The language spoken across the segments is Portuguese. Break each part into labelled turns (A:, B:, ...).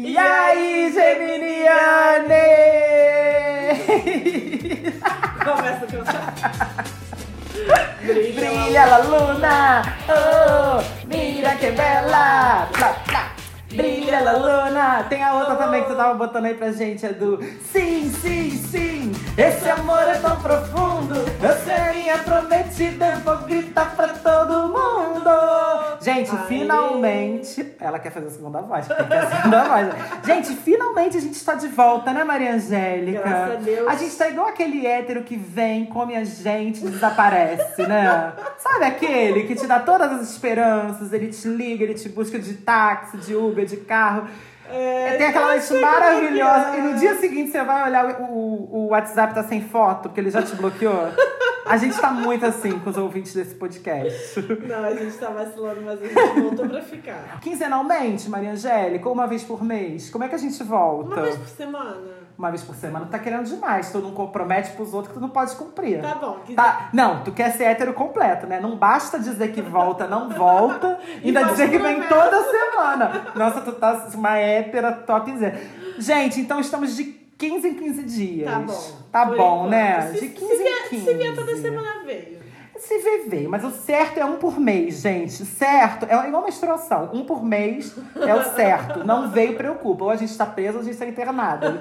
A: E aí, Geminiane!
B: Começa a cantar.
A: Brilha la luna, oh, mira que bela! Blá, blá. Brilha la luna! Tem a outra também que tu tava botando aí pra gente, é do Sim, sim, sim! Esse amor é tão profundo, você é minha prometida, eu vou gritar pra todo mundo! Gente,
B: Aê.
A: finalmente. Ela quer fazer a segunda voz, porque tem que ter a segunda voz. Gente, finalmente a gente está de volta, né, Maria Angélica?
B: Graças a Deus.
A: A gente tá igual aquele hétero que vem, come a gente e desaparece, né? Sabe aquele que te dá todas as esperanças, ele te liga, ele te busca de táxi, de Uber, de carro.
B: É,
A: Tem aquela
B: eu
A: noite
B: sei como é que
A: maravilhosa.
B: é.
A: E no dia seguinte você vai olhar o, o, o WhatsApp tá sem foto, porque ele já te bloqueou. A gente tá muito assim com os ouvintes desse podcast.
B: Não, a gente tá vacilando, mas a gente voltou pra ficar.
A: Quinzenalmente, Maria Angélica, ou uma vez por mês? Como é que a gente volta?
B: Uma vez por semana.
A: Uma vez por semana tá querendo demais. Tu não compromete pros outros que tu não pode cumprir.
B: Tá bom. Que...
A: Tá, não, tu quer ser hétero completo, né? Não basta dizer que volta, não volta,
B: E
A: ainda
B: faz
A: dizer que vem
B: promessa.
A: toda semana. Nossa, tu tá uma hétera topzinha. Gente, então estamos de 15 em 15 dias.
B: Tá bom.
A: Tá
B: Por
A: bom,
B: enquanto.
A: né?
B: Se-
A: de 15
B: se
A: em
B: vier,
A: 15.
B: Se vier toda semana, veio.
A: Se vê, vê. Mas o certo é um por mês, gente. Certo é igual menstruação. Um por mês é o certo. Não veio, preocupa. Ou a gente tá preso ou a gente tá internado.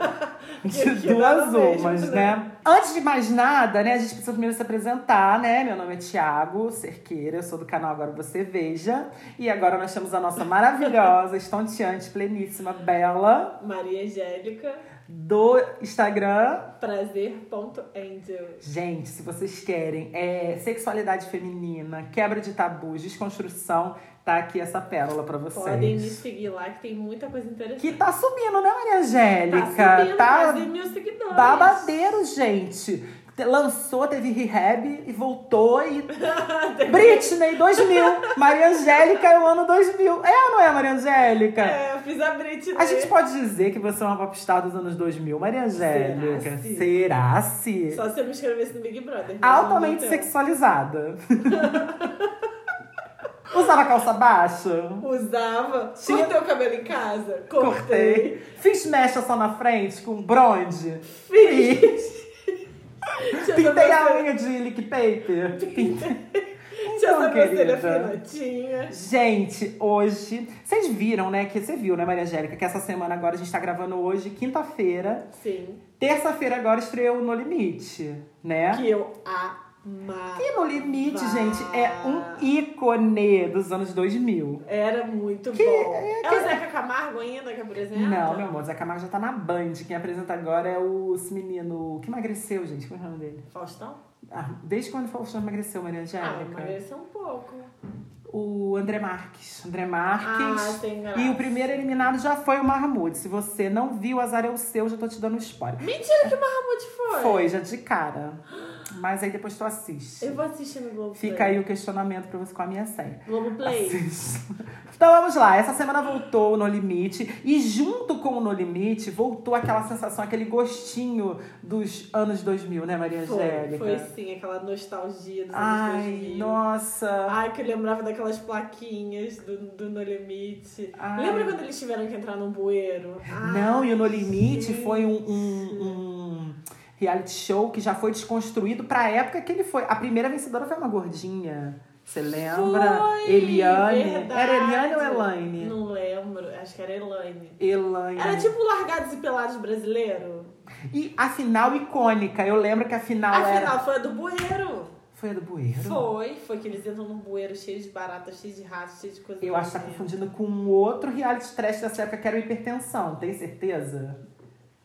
A: De
B: Que- que dá
A: duas
B: no mesmo,
A: umas,
B: né?
A: né? Antes de mais nada, né, a gente precisa primeiro se apresentar, né? Meu nome é Tiago Cerqueira, eu sou do canal Agora Você Veja. E agora nós temos a nossa maravilhosa, estonteante, pleníssima, bela,
B: Maria Angélica,
A: do Instagram.
B: prazer.angel.
A: Gente, se vocês querem é, sexualidade feminina, quebra de tabus, desconstrução, tá aqui essa pérola pra vocês.
B: Podem me seguir lá, que tem muita coisa interessante.
A: Que tá subindo, né, Maria Angélica?
B: tá subindo,
A: Tá
B: quase mil seguidores.
A: babadeiro, gente. Te- Lançou, teve rehab e voltou e.
B: Tem-
A: Britney 2000. Maria Angélica é o ano 2000. É ou não é, Maria Angélica?
B: É, eu fiz a Britney.
A: A gente pode dizer que você é uma popstar dos anos 2000, Maria Angélica.
B: se?
A: Será se?
B: né? Só se eu me inscrevesse no Big Brother.
A: altamente
B: Não, não
A: sexualizada. Usava calça baixa?
B: Usava.
A: Tinha-
B: Cortei o cabelo em casa? Cortei.
A: Fiz mecha só na frente com bronze?
B: Fiz. Tinha
A: Pintei a
B: sobrancelha-
A: unha de lick paper? Pintei.
B: Tinha
A: Então, querida.
B: sobrancelha finotinha.
A: Gente, hoje. Vocês viram, né? Que você viu, né, Maria Angélica? Que essa semana agora a gente tá gravando hoje, quinta-feira.
B: Sim.
A: Terça-feira agora estreou No Limite, né?
B: Que eu amava.
A: E No Limite, gente, é um ícone dos anos 2000.
B: Era muito
A: Que-
B: bom.
A: é
B: É,
A: que-
B: o Zeca Camargo ainda que é, apresenta?
A: Não, meu amor, Zé Camargo já tá na Band. Quem apresenta agora é o, esse menino que emagreceu, gente. Como é o nome dele?
B: Faustão?
A: Ah, desde quando foi o senhor emagreceu, Maria
B: Ah,
A: Angélica?
B: emagreceu um pouco.
A: o André Marques. André
B: Ah,
A: Marques.
B: tem graça.
A: e o primeiro eliminado já foi o Marmude. Se você não viu, azar é o seu, já tô te dando spoiler.
B: Mentira que o Mahmoud foi.
A: Foi, já de cara. Mas aí depois tu assiste.
B: Eu vou assistir no Globo
A: Fica aí Assim, o questionamento pra você com a minha senha.
B: Globoplay.
A: Assista. Então vamos lá, essa semana voltou o No Limite e junto com o No Limite voltou aquela sensação, aquele gostinho dos anos 2000, né, Maria
B: Foi,
A: Angélica?
B: foi sim, aquela nostalgia dos anos
A: Ai,
B: 2000.
A: nossa.
B: Ai, que eu lembrava daquelas plaquinhas do, do No Limite.
A: Ai.
B: Lembra quando eles tiveram que entrar num bueiro? Ai,
A: Não, e o No Limite
B: gente.
A: foi um, um- um reality show que já foi desconstruído pra época que ele foi. A primeira vencedora foi uma gordinha. Você lembra?
B: Foi,
A: Eliane.
B: verdade.
A: Era Eliane ou Elaine? É.
B: Não lembro, acho que era Elaine.
A: Elaine.
B: Era tipo Largados e Pelados brasileiro.
A: E a final icônica. Eu lembro que a final
B: A
A: Ah, era.
B: final foi a do bueiro.
A: Foi a do Bueiro?
B: Foi, foi que eles entram num bueiro cheio de baratas, cheio de ratos, cheio de coisa.
A: Eu acho que tá
B: nojenta.
A: confundindo com um outro reality trash dessa época que era o hipertensão, tem certeza?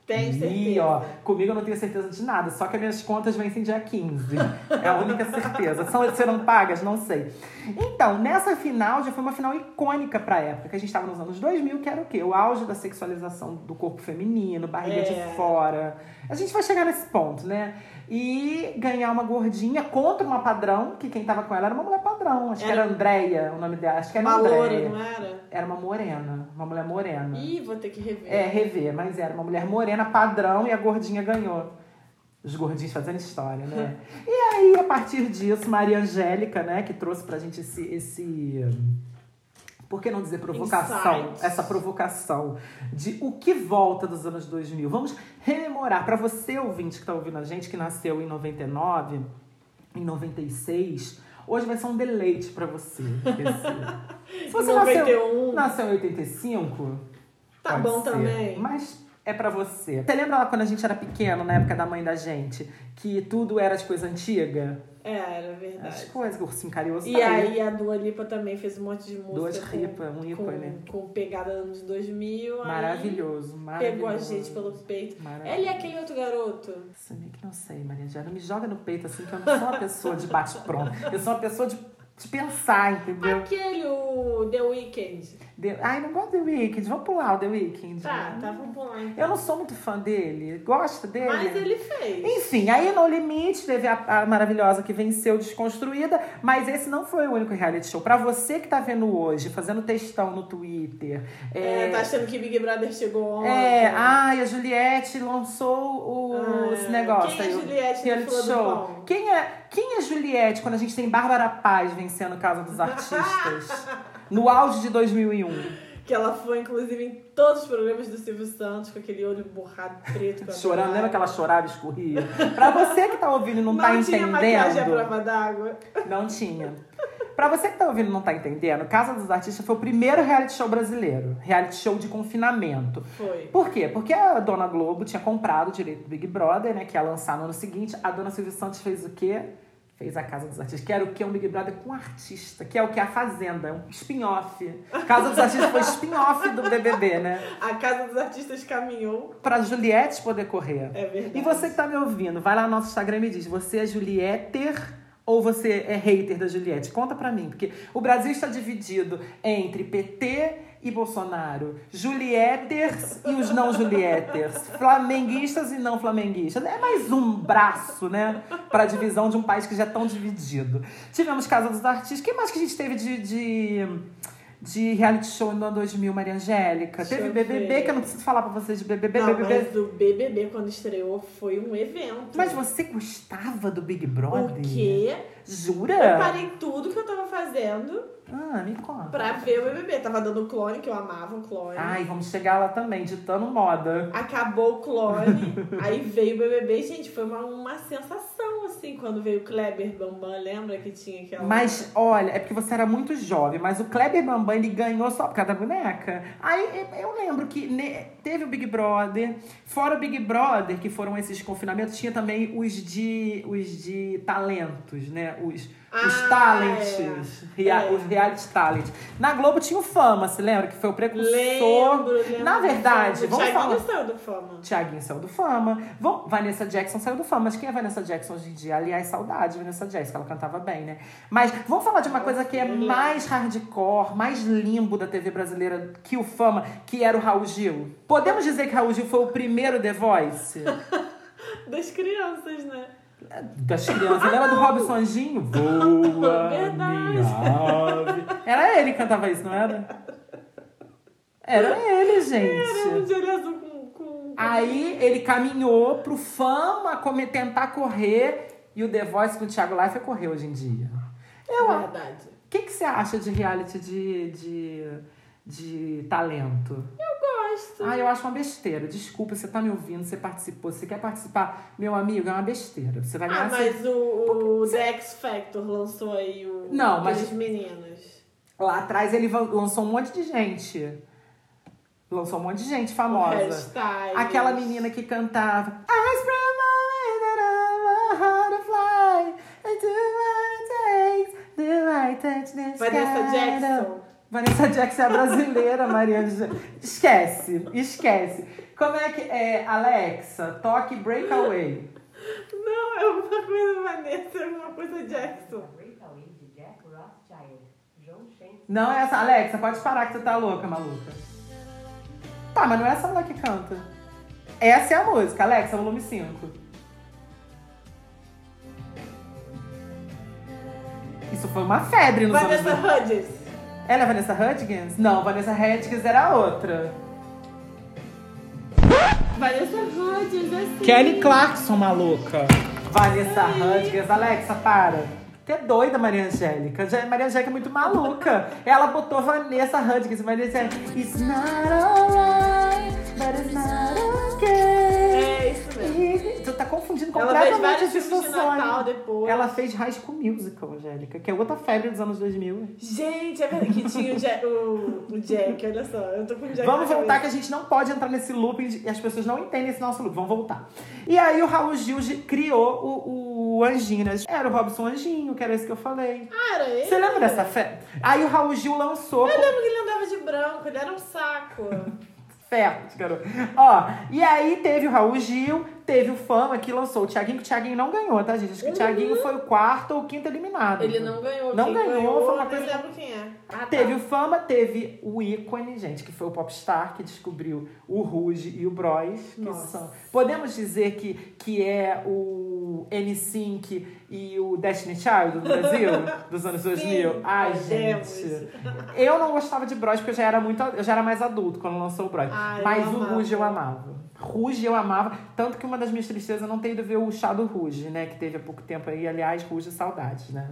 B: Tenho
A: Ih,
B: certeza.
A: ó, comigo eu não tenho certeza de nada, só que as minhas contas vencem dia 15. É a única certeza. São, serão pagas? Não sei. Então, nessa final já foi uma final icônica pra época, que a gente tava nos anos 2000, que era o quê? O auge da sexualização do corpo feminino, barriga
B: É.
A: de fora. A gente vai chegar nesse ponto, né? E ganhar uma gordinha contra uma padrão, que quem tava com ela era uma mulher padrão. Acho que
B: Era-
A: era Andréia o nome dela. Acho que era
B: Uma loura,
A: é Andréia.
B: não era?
A: Era uma morena, uma mulher morena.
B: Ih, vou ter que rever.
A: É, rever, mas era uma mulher morena, padrão, e a gordinha ganhou. Os gordinhos fazendo história, né? e aí, a partir disso, Maria Angélica, né, que trouxe pra gente esse, esse por que não dizer provocação?
B: Insights.
A: Essa provocação de o que volta dos anos 2000. Vamos rememorar. Para você, ouvinte, que está ouvindo a gente, que nasceu em 99, em 96, hoje vai ser um deleite para você. esquecer. Se você nasceu,
B: 91.
A: nasceu em 85,
B: tá
A: Pode
B: bom
A: ser.
B: também.
A: Mas é pra você. Você lembra lá quando a gente era pequeno, na época da mãe da gente, que tudo era as coisas antigas?
B: É, era
A: As
B: verdade.
A: coisas, ursinho carinhoso.
B: E
A: tá
B: aí a Dua Lipa também fez um monte de música.
A: Duas
B: com-
A: ripas, um ícone, né?
B: com, com pegada anos 2000. aí
A: Maravilhoso, maravilhoso.
B: Pegou a gente pelo peito.
A: Maravilhoso.
B: Ele é aquele outro garoto.
A: Isso nem que não sei, Maria Jana. Me joga no peito assim, que eu não sou uma pessoa de bate-pronto. Eu sou uma pessoa de, de pensar, entendeu?
B: Aquele, o The Weeknd.
A: De- Ai, não gosto do The Weeknd. Vamos pular o The Weeknd.
B: Tá, tá, vamos pular então.
A: Eu não sou muito fã dele. Gosta dele?
B: Mas ele fez.
A: Enfim, aí no limite teve a, a maravilhosa que venceu desconstruída, mas esse não foi o único reality show. Pra você que tá vendo hoje, fazendo textão no Twitter,
B: É,
A: é,
B: tá achando que Big Brother chegou ontem.
A: é, ai, a Juliette lançou o,
B: Ah,
A: esse negócio
B: Quem é
A: aí, o
B: Juliette na
A: reality
B: fila do
A: show.
B: pão?
A: Quem é, quem é Juliette quando a gente tem Bárbara Paz vencendo Casa dos Artistas? no auge de 2001.
B: Que ela foi, inclusive, em todos os programas do Silvio Santos, com aquele olho borrado preto. com a
A: Chorando,
B: cara.
A: lembra que ela chorava e escorria? Pra você que tá ouvindo e não, tá
B: Não tinha maquiagem é à
A: entendendo.
B: prova d'água.
A: Não tinha. Pra você que tá ouvindo e não tá entendendo, Casa dos Artistas foi o primeiro reality show brasileiro. Reality show de confinamento.
B: Foi.
A: Por quê? Porque a Dona Globo tinha comprado o direito do Big Brother, né? Que ia lançar no ano seguinte. A Dona Silvia Santos fez o quê? Fez a Casa dos Artistas. Que era o quê? Um Big Brother com artista. Que é o que? A Fazenda. é Um spin-off. Casa dos Artistas foi spin-off do BBB, né?
B: A Casa dos Artistas caminhou.
A: Pra Juliette poder correr.
B: É verdade.
A: E você que tá me ouvindo, vai lá no nosso Instagram e me diz: você é Julieter ou você é hater da Juliette? Conta pra mim, porque o Brasil está dividido entre PT e Bolsonaro, Julieters e os não Julieters, flamenguistas e não flamenguistas. É mais um braço, né, pra divisão de um país que já é tão dividido. Tivemos Casa dos Artistas. O que mais que a gente teve de. de... De reality show no ano 2000, Maria Angélica.
B: Deixa
A: Teve
B: eu
A: BBB,
B: ver.
A: que eu não preciso falar pra vocês de BBB.
B: Não,
A: BBB
B: mas o BBB, quando estreou, foi um evento.
A: mas você gostava do Big
B: O
A: Brother?
B: quê? Eu
A: Jura?
B: parei tudo que eu tava fazendo
A: Ah, me conta.
B: pra ver o BBB. Tava dando um clone, que eu amava o clone.
A: Ai, vamos chegar lá também, ditando moda.
B: Acabou o clone, aí veio o BBB. Gente, foi uma, uma sensação, assim, quando veio o Kleber Bambam. Lembra que tinha aquela...
A: Mas, olha, é porque você era muito jovem, mas o Kleber Bambam, ele ganhou só por causa da boneca. Aí, eu lembro que ne- teve o Big Brother, fora o Big Brother, que foram esses confinamentos, tinha também os de, os de talentos, né? Os, os
B: Ah,
A: talents,
B: é.
A: rea-
B: É.
A: os reality talents. Na Globo tinha o Fama, se lembra? Que foi o precursor...
B: Lembro, lembro.
A: Na
B: do
A: verdade,
B: Fama.
A: vamos
B: Thiaguinho
A: falar.
B: saiu do Fama.
A: Tiaguinho saiu do Fama. Vão- Vanessa Jackson saiu do Fama. Mas quem é Vanessa Jackson hoje em dia? Aliás, saudade, Vanessa Jackson. Ela cantava bem, né? Mas vamos falar de uma coisa que é mais hardcore, mais limbo da TV brasileira que o Fama, que era o Raul Gil. Podemos dizer que Raul Gil foi o primeiro The Voice?
B: Das crianças, né?
A: Das crianças. Lembra do Robson Anjinho? Voa,
B: Verdade.
A: minha ave. Era ele que cantava isso, não era? Era ele, gente.
B: Era um de olho azul com... com...
A: Aí ele caminhou pro fama come, tentar correr e o The Voice com o Thiago Leifert correu hoje em dia. Eu, o
B: Verdade.
A: que, que você acha de reality de, de, de talento?
B: Gosto.
A: Ah, eu acho uma besteira. Desculpa, você tá me ouvindo, você participou. Você quer participar, meu amigo, é uma besteira. Você vai ganhar.
B: Ah,
A: assim.
B: mas o, o The X Factor lançou aí o...
A: Não, mas-
B: aqueles meninos.
A: Lá atrás ele van- lançou um monte de gente. Lançou um monte de gente
B: O
A: famosa.
B: Hairstyles.
A: Aquela menina que cantava Eyes from away that I'm a butterfly And do I take, do I touch the
B: Vanessa
A: sky?"
B: Jackson.
A: Vanessa Jackson é brasileira, Maria Ângela. Esquece, esquece. Como é que é, Alexa, toque Breakaway.
B: Não, é uma coisa Vanessa, é uma coisa Jackson.
C: Breakaway de Jack Rothschild, John Shanks.
A: Não é essa, Alexa, pode parar que você tá louca, maluca. Tá, mas não é essa mulher que canta. Essa é a música, Alexa, volume 5. Isso foi uma febre nos anos
B: Vanessa
A: 2000.
B: Hudgens.
A: Ela é Vanessa Hudgens? Não, Vanessa Hudgens era a outra.
B: Vanessa
A: é
B: Hudgens, assim.
A: Kelly Clarkson, maluca. Vanessa Hudgens, Alexa, para. Tu é doida, Maria Angélica. Já- Maria Angélica é muito maluca. Ela botou Vanessa Hudgens. Maria Angélica. It's not alright, but it's not okay.
B: É isso mesmo.
A: E- Tu tá confundindo
B: Ela fez
A: completamente
B: vários
A: as
B: filmes de Natal
A: situações.
B: depois.
A: Ela fez High School Musical, Angélica, que é outra febre dos anos 2000.
B: Gente, é verdade que tinha o Jack, o, o Jack, olha só. Eu tô com o Jack.
A: Vamos
B: na
A: voltar,
B: cabeça.
A: que a gente não pode entrar nesse looping de- e as pessoas não entendem esse nosso looping. Vamos voltar. E aí o Raul Gil de- criou o, o Anjinho, né? Era o Robson Anjinho, que era esse que eu falei.
B: Ah, era ele?
A: Você lembra dessa fé? Aí o Raul Gil lançou
B: Eu lembro que ele andava de branco, ele era um saco.
A: ferros, garoto. Ó, e aí teve o Raul Gil, teve o Fama que lançou o Thiaguinho, que o Thiaguinho não ganhou, tá, gente? Acho que o Thiaguinho foi o quarto ou quinto eliminado.
B: Uhum. Ele não ganhou.
A: Não
B: quem
A: ganhou, foi uma
B: eu
A: coisa-
B: Nem lembro quem é. Ah, tá.
A: Teve o Fama, teve o ícone, gente, que foi o Popstar, que descobriu o Ruge e o Bros, que
B: Nossa.
A: são... Podemos dizer que, que é o NSYNC e o Destiny Child do Brasil, dos anos 2000? Ai,
B: podemos.
A: gente... Eu não gostava de Bros, porque eu já era, muito, eu já era mais adulto quando lançou o Bros.
B: Ah, eu
A: Mas o
B: amava.
A: Ruge eu amava. Ruge eu amava. Tanto que uma das minhas tristezas é não ter ido ver o chá do Ruge, né? Que teve há pouco tempo aí. Aliás, Ruge, saudades, né?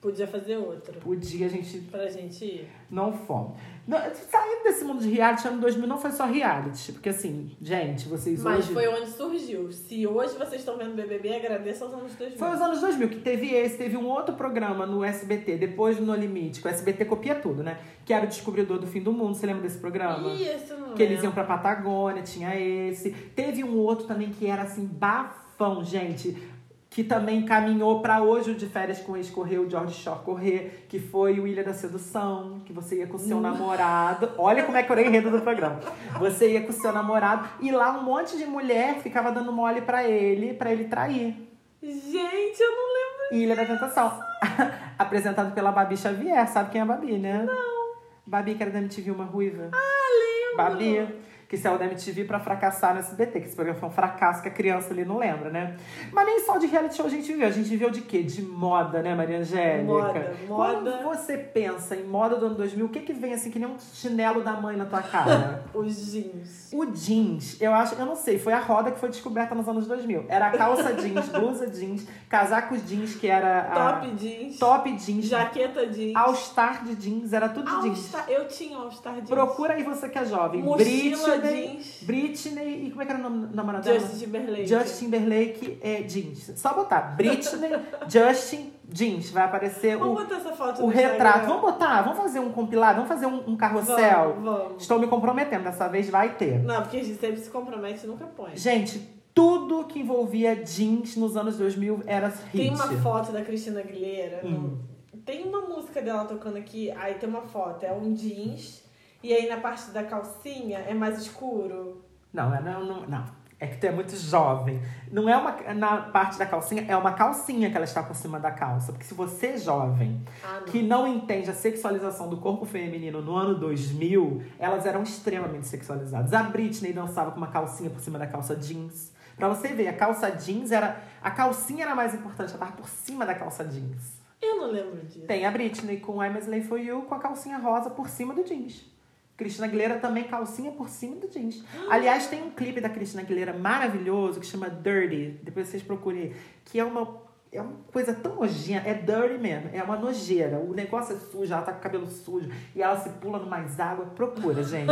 B: Podia fazer outro.
A: O dia a gente
B: Pra gente ir.
A: não fome. Não, Saindo desse mundo de reality, ano 2000 não foi só reality. Porque assim, gente, vocês
B: Mas
A: hoje...
B: foi onde surgiu. Se hoje vocês estão vendo BBB, agradeço aos anos 2000.
A: Foi os anos 2000 que teve esse, teve um outro programa no SBT, depois do No Limite, que o SBT copia tudo, né? Que era o Descobridor do Fim do Mundo, você lembra desse programa?
B: Ih, esse não é.
A: Que eles
B: lembro.
A: iam pra Patagônia, tinha esse. Teve um outro também que era assim, bafão, gente. Que também caminhou pra hoje o de férias com ex correr, o George Shore correr, que foi o Ilha da Sedução, que você ia com o seu namorado. Olha como é que eu era enredo do programa. Você ia com o seu namorado e lá um monte de mulher ficava dando mole pra ele, pra ele trair.
B: Gente, eu não lembro.
A: Ilha da Tentação. Apresentado pela Babi Xavier, sabe quem é a Babi, né? Não. Babi, que era da MTV Uma Ruiva.
B: Ah, lembro.
A: Babi, que saiu da MTV pra fracassar no SBT, que esse programa foi um fracasso que a criança ali não lembra, né? Mas nem só de reality show a gente viveu. A gente viveu de quê? De moda, né, Maria Angélica?
B: Moda, moda.
A: Quando você pensa em moda do ano 2000, o que que vem assim que nem um chinelo da mãe na tua cara?
B: Os jeans.
A: O jeans, eu acho, eu não sei, foi a roda que foi descoberta nos anos 2000. Era a calça jeans, blusa jeans, casacos jeans, que era a
B: Top jeans.
A: Ah, top jeans,
B: Jaqueta jeans.
A: all-star de jeans, era tudo
B: All
A: jeans.
B: Star- Eu tinha All Star jeans.
A: Procura aí você que é jovem.
B: Mochila
A: Britney,
B: jeans.
A: Britney e como é que era o nome do namorado dela?
B: Justin Timberlake.
A: Justin Timberlake é jeans. Só botar Britney, Justin, jeans. Vai aparecer
B: Vamos
A: o,
B: botar essa
A: o
B: foto no
A: retrato.
B: Instagram?
A: Vamos botar? Vamos fazer um compilado? Vamos fazer um, um carrossel?
B: Vamos, vamos.
A: Estou me comprometendo, dessa vez vai ter.
B: Não, porque a gente sempre se compromete e nunca põe.
A: Gente, tudo que envolvia jeans nos anos 2000 era hit.
B: Tem uma foto da Cristina Aguilera.
A: Hum.
B: no- Tem uma música dela tocando aqui. Aí tem uma foto. É um jeans. E aí na parte da calcinha é mais escuro.
A: Não, é- não, não, não. É que tu é muito jovem. Não é uma. Na parte da calcinha, é uma calcinha que ela está por cima da calça. Porque se você é jovem,
B: Ah, não.
A: que não entende a sexualização do corpo feminino no ano 2000, elas eram extremamente sexualizadas. A Britney dançava com uma calcinha por cima da calça jeans. Pra você ver, a calça jeans era. A calcinha era mais importante, ela tava por cima da calça jeans.
B: Eu não lembro disso.
A: Tem a Britney com I'm a Slave for You com a calcinha rosa por cima do jeans. Cristina Aguilera também calcinha por cima do jeans. Aliás, tem um clipe da Cristina Aguilera maravilhoso que chama Dirty. Depois vocês procurem. aí, Que é uma, é uma coisa tão nojenta. É dirty mesmo. É uma nojeira. O negócio é sujo. Ela tá com o cabelo sujo. E ela se pula no mais água. Procura, gente.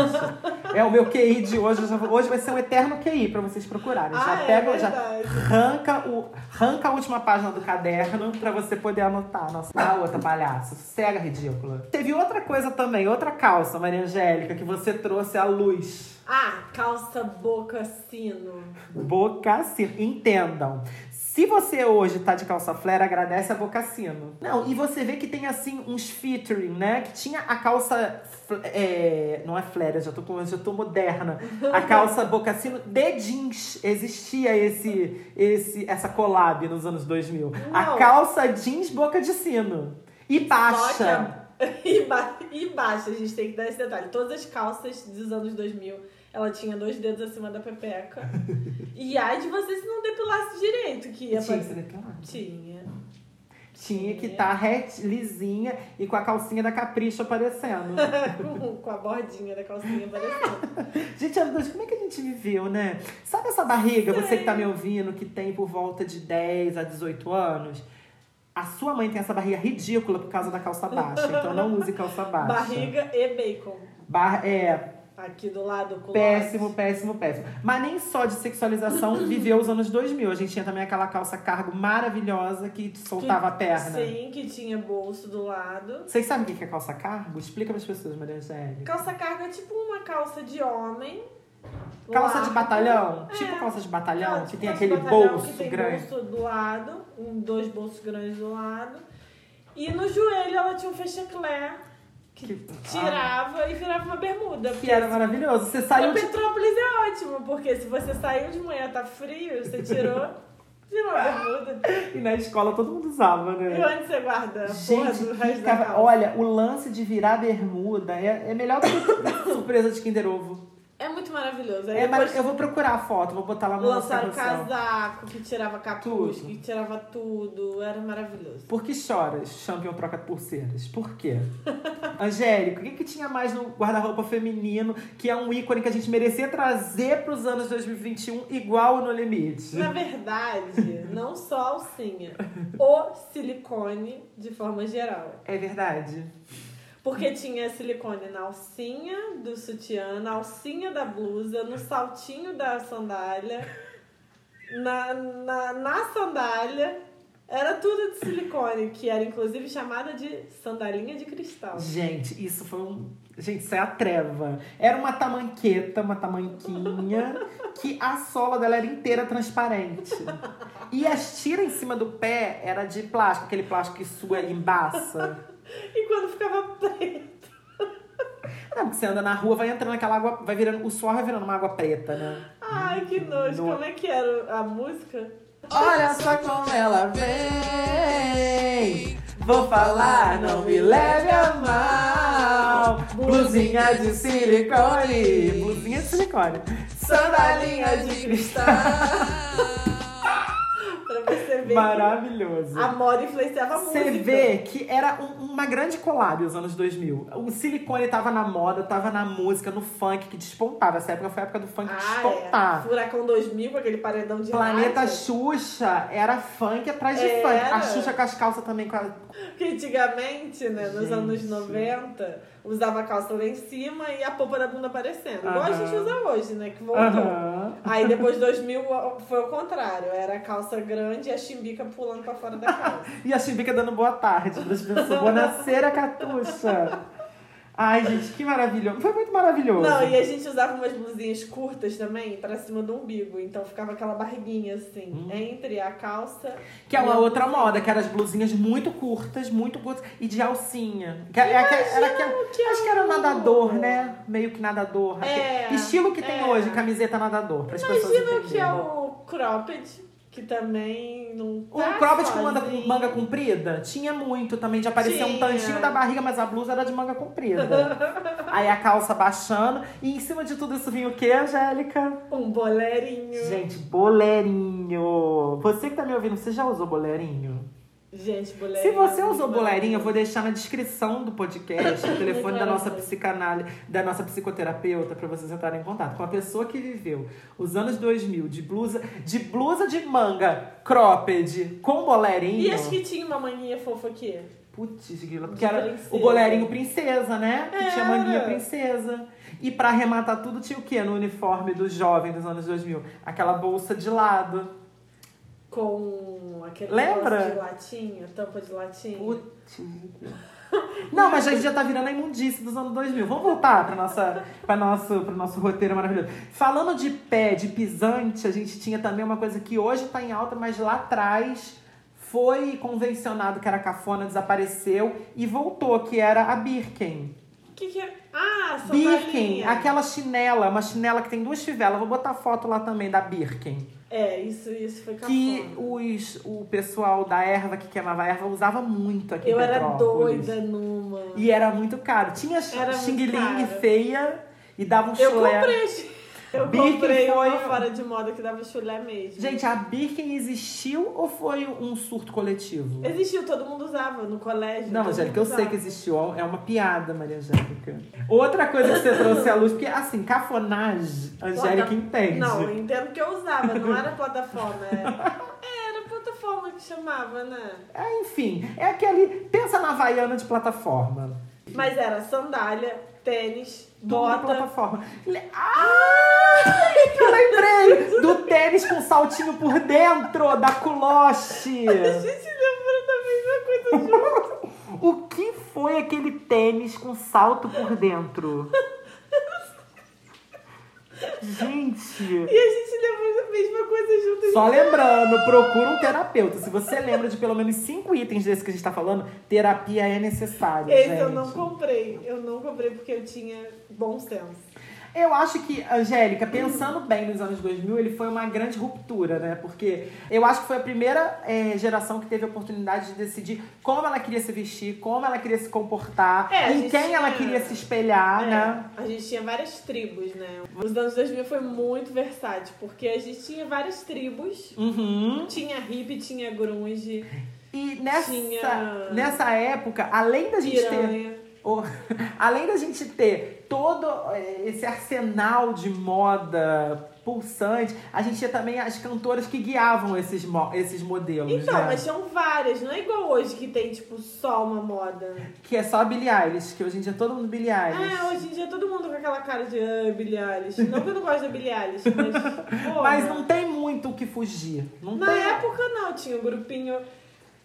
A: é o meu QI de hoje. eu já vou- hoje vai ser um eterno QI pra vocês procurarem. Já
B: Ah, é
A: pega, já
B: verdade.
A: arranca, o, arranca a última página do caderno pra você poder anotar. Nossa, a outra palhaça, cega ridícula. Teve outra coisa também, outra calça, Maria Angélica, que você trouxe à luz.
B: Ah, calça boca sino.
A: Bocacino. Entendam. Se você hoje tá de calça flare, agradece a Bocacino. Não, e você vê que tem assim uns featuring, né? Que tinha a calça. fl- é, não é flare, eu já tô, com- eu já tô moderna. A calça Bocacino de jeans. Existia esse, esse, essa collab nos anos 2000. A
B: Não.
A: calça jeans boca de sino. E baixa.
B: Só que a- E, ba... e baixa, a gente tem que dar esse detalhe. Todas as calças dos anos 2000, ela tinha dois dedos acima da pepeca. e ai de você se não depilasse direito, que ia
A: Tinha que
B: aparecer.
A: ser declarado.
B: Tinha.
A: Tinha que estar tá reti- lisinha e com a calcinha da Capricho aparecendo.
B: com, com a bordinha da calcinha aparecendo.
A: Gente, anos 2000, como é que a gente viveu, né? Sabe essa barriga, você que tá me ouvindo, que tem por volta de 10 a 18 anos? A sua mãe tem essa barriga ridícula por causa da calça baixa. Então não use calça baixa.
B: Barriga e bacon.
A: Bar- é,
B: Aqui do lado, com
A: péssimo, péssimo, péssimo. Mas nem só de sexualização viveu os anos 2000. A gente tinha também aquela calça cargo maravilhosa que soltava a perna.
B: Sim, que tinha bolso do lado.
A: Vocês sabem o que que é calça cargo? Explica pras pessoas, Maria Angélica.
B: Calça carga é tipo uma calça de homem.
A: Calça de
B: larga.
A: batalhão? Tipo
B: É.
A: calça de batalhão,
B: Calça
A: que
B: de
A: tem
B: calça de
A: aquele
B: batalhão,
A: bolso
B: que tem
A: grande.
B: bolso do lado, um, dois bolsos grandes do lado. E no joelho ela tinha um fechaclé que,
A: Que-
B: tirava e virava uma bermuda.
A: Que era maravilhoso. Você
B: Pra
A: saiu de
B: Petrópolis é ótimo, porque se você saiu de manhã, tá frio, você tirou, virou a bermuda.
A: E na escola todo mundo usava,
B: E
A: né?
B: onde você guarda a porra
A: Gente,
B: do
A: que
B: resto da
A: cava-
B: calça?
A: olha, o lance de virar bermuda é, é melhor do que surpresa de Kinder Ovo.
B: É muito maravilhoso. Aí
A: É,
B: depois
A: mas eu vou procurar a foto, vou botar lá no nosso
B: lançaram
A: carrossel.
B: casaco, que tirava capuz,
A: Tudo.
B: que tirava tudo. Era maravilhoso.
A: Por que choras, champion troca pulseiras? Por quê? Angélica, o que, que tinha mais no guarda-roupa feminino que é um ícone que a gente merecia trazer pros anos 2021 igual o no limite?
B: Na verdade, não só a alcinha, o silicone de forma geral.
A: É verdade.
B: Porque tinha silicone na alcinha do sutiã, na alcinha da blusa, no saltinho da sandália, na, na, na sandália. Era tudo de silicone, que era inclusive chamada de sandalinha de cristal.
A: Gente, isso foi um. Gente, isso é a treva. Era uma tamanqueta, uma tamanquinha, que a sola dela era inteira transparente. E as tiras em cima do pé era de plástico, aquele plástico que suga e embaça.
B: E quando ficava preto.
A: Não, porque você anda na rua, vai entrando aquela água, vai virando. O suor vai virando uma água preta, né?
B: Ai, que nojo.
A: No-
B: Como é que era a música?
A: Olha só como ela vem. Vou
B: falar, não me leve a mal. Blusinha de silicone.
A: Blusinha de silicone.
B: Sandalinha de cristal. pra você ver.
A: Maravilhoso.
B: que A moda influenciava a música.
A: Você vê que era um- uma grande collab os anos 2000. O silicone tava na moda, tava na música, no funk que despontava. Essa época foi a época do funk
B: Ah, é.
A: despontar.
B: Furacão 2000 com aquele paredão de
A: Planeta
B: lata.
A: Xuxa era funk atrás de
B: Era.
A: funk. A Xuxa com as calças também com a...
B: Porque antigamente, né, nos
A: Gente.
B: anos 90, usava a calça lá em cima e a polpa da bunda aparecendo. Igual a
A: Aham.
B: gente usa hoje, né, que voltou.
A: Aham.
B: Aí depois de 2000 foi o contrário, era a calça grande e a chimbica pulando pra fora da calça.
A: E a Chimbica dando boa tarde pras pessoas. Boa nascer, a Catuxa. Ai, gente, que maravilhoso. Foi muito maravilhoso.
B: Não, e a gente usava umas blusinhas curtas também pra cima do umbigo, então ficava aquela barriguinha assim, entre a calça.
A: Que é uma
B: e a-
A: outra moda, que era as blusinhas muito curtas, muito curtas, e de alcinha. Que era, que- era aquela-
B: que
A: acho que era nadador, né? Meio que nadador.
B: É,
A: aquele estilo que tem
B: é.
A: hoje, camiseta nadador. Pras pessoas
B: Imagina o que é
A: entenderem.
B: o cropped, que também não
A: O
B: tá
A: cropped com manga,
B: sozinho.
A: manga comprida tinha muito também, de aparecer um
B: Tinha.
A: tanchinho da barriga, mas a blusa era de manga comprida. Aí a calça baixando, e em cima de tudo isso vinha o quê, Angélica?
B: Um bolerinho. Gente,
A: Gente, bolerinho. Você que tá me ouvindo, você já usou bolerinho?
B: bolerinho. é
A: Se você usou boleirinha, eu vou deixar na descrição do podcast o telefone da nossa psicanálise, da nossa psicoterapeuta, pra vocês entrarem em contato com a pessoa que viveu os anos 2000 de blusa, de blusa de manga cropped com boleirinho.
B: E acho que tinha uma maninha fofa aqui.
A: Putz, grila,
B: De
A: porque era
B: princesa.
A: o boleirinho princesa, né? Que tinha
B: Era.
A: manguinha princesa. E pra arrematar tudo, tinha o quê no uniforme do jovem dos anos 2000? Aquela bolsa de lado.
B: Com aquele
A: Lembra?
B: negócio de latinha, tampa de latinha.
A: Putz. Não, mas a gente já tá virando a imundície dos anos 2000. Vamos voltar pra nossa, pra nosso, pro nosso roteiro maravilhoso. Falando de pé, de pisante, a gente tinha também uma coisa que hoje tá em alta, mas lá atrás foi convencionado que era cafona, desapareceu e voltou, que era a Birken.
B: Que que é? Ah, sandalinha.
A: Birken, aquela chinela, uma chinela que tem duas fivelas. Vou botar foto lá também da Birken.
B: É, isso, isso foi cafona.
A: Que os, o pessoal da erva, que queimava erva, usava muito aqui em
B: Eu era
A: Petrópolis.
B: doida numa.
A: E era muito caro. Tinha
B: Era muito
A: xinguilinha
B: caro.
A: feia e dava um
B: Eu
A: chulé.
B: comprei. gente. Eu
A: Bique
B: comprei
A: foi-
B: uma fora de moda que dava chulé mesmo.
A: Gente, a Birkin existiu ou foi um surto coletivo?
B: Existiu, todo mundo usava no colégio.
A: Não,
B: todo
A: Angélica, eu
B: mundo
A: sei que existiu. É uma piada, Maria Angélica. Outra coisa que você trouxe à luz, porque assim, cafonagem,
B: Plata-
A: Angélica entende.
B: Não, eu entendo que eu usava, não é. era plataforma. Era, era plataforma que chamava, né?
A: Ah, enfim, é aquele. Pensa na Havaiana de plataforma.
B: Mas era sandália, tênis,
A: Tudo na
B: bota.
A: plataforma. Le- Ah! Eu lembrei do tênis com saltinho por dentro da culoche.
B: A gente lembra da mesma coisa.
A: O que foi aquele tênis com salto por dentro? Gente.
B: E a gente lembra da mesma coisa juntas.
A: Só lembrando, procura um terapeuta. Se você lembra de pelo menos cinco itens desse que a gente tá falando, terapia é necessária.
B: Esse
A: gente.
B: eu não comprei. Eu não comprei porque eu tinha bom senso.
A: Eu acho que, Angélica, pensando bem nos anos 2000, ele foi uma grande ruptura, né? Porque eu acho que foi a primeira eh, geração que teve a oportunidade de decidir como ela queria se vestir, como ela queria se comportar,
B: É, a
A: em
B: gente
A: quem ela
B: tinha-
A: queria se espelhar,
B: É,
A: né?
B: A gente tinha várias tribos, né? Os anos 2000 foi muito versátil, porque a gente tinha várias tribos.
A: Uhum.
B: Tinha hippie, tinha grunge,
A: E nessa,
B: Tinha-
A: nessa época, além da gente ter
B: piranha.
A: O- Além da gente ter todo eh, esse arsenal de moda pulsante, a gente tinha também as cantoras que guiavam esses, mo- esses modelos,
B: Então,
A: né?
B: mas tinham várias. Não é igual hoje que tem, tipo, só uma moda.
A: Que é só a Billie Eilish, que hoje em dia é todo mundo Billie Eilish.
B: Ah, hoje em dia todo mundo com aquela cara de ah, Billie Eilish. Não que eu não gosto da Billie Eilish, mas... porra.
A: Mas não tem muito o que fugir. Não
B: Na
A: tem...
B: época, não. Tinha um grupinho...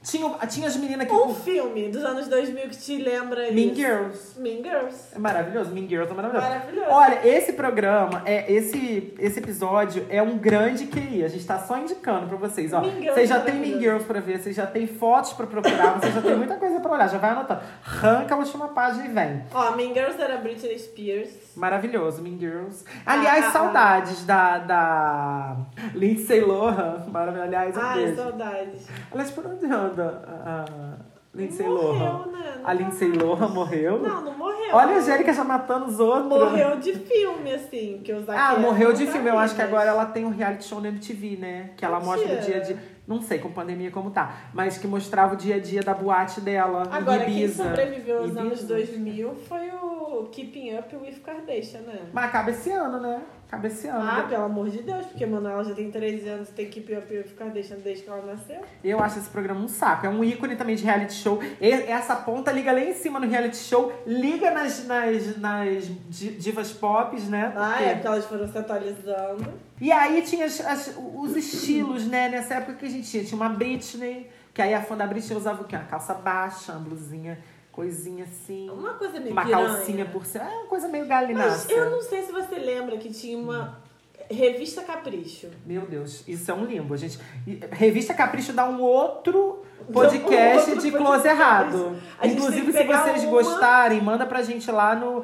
A: Tinha, tinha as meninas que...
B: Um filme dos anos 2000 que te lembra
A: Mean
B: isso.
A: Girls.
B: Mean Girls.
A: É maravilhoso, Mean Girls é maravilhoso.
B: Maravilhoso.
A: Olha, esse programa, é, esse, esse episódio é um grande QI. A gente tá só indicando pra vocês, ó.
B: Mean Girls
A: Vocês já
B: é
A: tem Mean
B: maravilhoso.
A: Girls pra ver, vocês já tem fotos pra procurar, vocês já tem muita coisa pra olhar. Já vai anotando. Arranca a última página e vem.
B: Ó, Mean Girls era Britney Spears.
A: Maravilhoso, Mean Girls. Aliás,
B: Ah, ah, ah.
A: saudades da, da Lindsay Lohan. Maravilhoso. Aliás, um
B: Ai,
A: beijo.
B: saudades.
A: Aliás, por onde anda a a Lindsay
B: Morreu,
A: Lohan?
B: né?
A: A Lindsay Lohan morreu?
B: Não, não morreu.
A: Olha a Angélica já matando os outros.
B: Morreu de filme, assim, que os
A: Ah,
B: Zac
A: morreu
B: Efron
A: de
B: tá
A: filme. Eu acho que
B: vivo.
A: agora ela tem um reality show na MTV, né? Que ela mostra o dia a
B: Mentira.
A: dia. Não sei com pandemia como tá, mas que mostrava o dia a dia da boate dela. em
B: Agora, quem
A: tá Ibiza.
B: sobreviveu aos anos
A: Ibiza.
B: 2000 foi o Keeping Up with Kardashian, né?
A: Mas acaba esse ano, né? Acaba esse ano.
B: Ah, pelo amor de Deus, porque Manuela já tem 13 anos e tem Keeping Up with Kardashian desde que ela nasceu.
A: Eu acho esse programa um saco. É um ícone também de reality show. E- essa ponta liga lá em cima no reality show, liga nas, nas, nas di- divas pop, né?
B: Ah,
A: Porque-
B: é, porque elas foram se atualizando.
A: E aí tinha as- as- os estilos, né? Nessa época que a gente tinha. Tinha uma Britney, que aí a fã da Britney usava o quê? Uma calça baixa, uma blusinha, coisinha assim.
B: Uma coisa meio
A: Uma
B: piranha.
A: calcinha por cima. É uma coisa meio
B: Mas
A: galinácea.
B: eu não sei se você lembra que tinha uma revista Capricho.
A: Meu Deus, isso é um limbo, gente. E- Revista Capricho dá um outro podcast
B: outro
A: de
B: podcast.
A: close errado.
B: A gente
A: Inclusive,
B: tem
A: se
B: que pegar
A: vocês
B: uma-
A: gostarem, manda pra gente lá no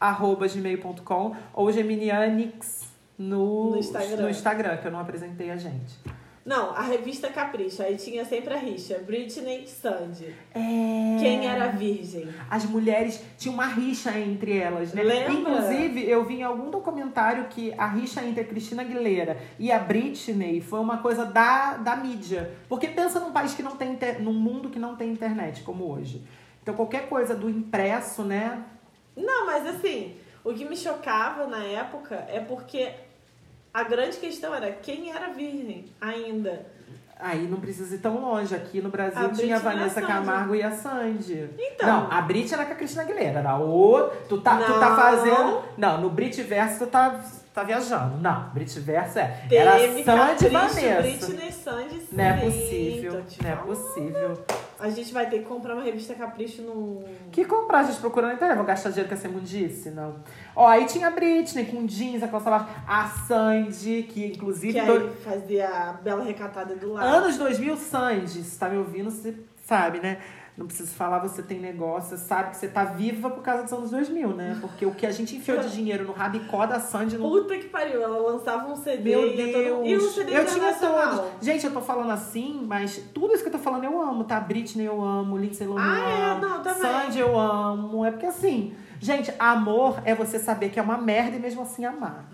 A: geminianix.gmail.com ou geminianix no,
B: No Instagram.
A: no Instagram, que eu não apresentei a gente.
B: Não, a revista Capricho. Aí tinha sempre a rixa. Britney Sandy.
A: É.
B: Quem era virgem?
A: As mulheres tinham uma rixa entre elas, né?
B: Lembra?
A: Inclusive, eu vi em algum documentário que a rixa entre a Cristina Aguilera e a Britney foi uma coisa da, da mídia. Porque pensa num país que não tem inter... num mundo que não tem internet, como hoje. Então qualquer coisa do impresso, né?
B: Não, mas assim, o que me chocava na época é porque a grande questão era quem era virgem ainda.
A: Aí não precisa ir tão longe. Aqui no Brasil tinha
B: A
A: a
B: Britney e a
A: Vanessa
B: Sandy.
A: Camargo e a Sandy.
B: Então.
A: Não, a Brit era com a Cristina Aguilera. Era o... tu, tá, tu tá
B: Não.
A: fazendo. Não, no Brit Verso tu tá, tá viajando. Não, Brit Verso é. era
B: Teve
A: Sandy e
B: Capricho,
A: Vanessa.
B: Britney Sandy sim.
A: Não é possível.
B: Tô te
A: Não é
B: falando.
A: possível.
B: A gente vai ter que comprar uma revista Capricho num.
A: Que comprar, gente, procurando na internet. Vou gastar dinheiro com essa imundice, não. Ó, aí tinha a Britney com jeans, a calça baixa. A Sandy, que inclusive...
B: Que
A: to-
B: aí fazia a bela recatada do lado.
A: Anos 2000, Sandy, se tá me ouvindo, você sabe, né? Não preciso falar, você tem negócio, você sabe que você tá viva por causa dos anos 2000, né? Porque o que a gente enfiou de dinheiro no rabicó da Sandy não.
B: Puta que pariu, ela lançava um CD
A: Meu
B: e ia todo-
A: Deus!
B: E um CD
A: eu tinha
B: internacional.
A: todos. Gente, eu tô falando assim, mas tudo isso que eu tô falando eu amo, tá? Britney eu amo, Lindsay Lohan
B: Ah, é?
A: eu amo,
B: Não, também.
A: Sandy eu amo. É porque assim, gente, amor é você saber que é uma merda e mesmo assim amar.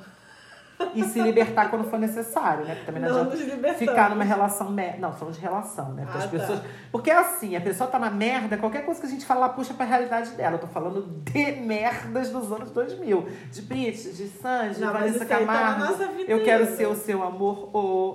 A: E se libertar quando for necessário, né? Porque também não,
B: Não
A: adianta
B: nos libertamos.
A: ficar numa relação merda. Não, somos de relação, né? Porque
B: Ah,
A: as
B: tá.
A: pessoas. Porque é assim, a pessoa tá na merda, qualquer coisa que a gente falar puxa pra realidade dela. Eu tô falando de merdas dos anos 2000. De Brit, de Sandy, de
B: Não, mas
A: Vanessa
B: isso aí tá na
A: Camargo.
B: nossa vida
A: eu quero
B: ainda.
A: ser o seu amor,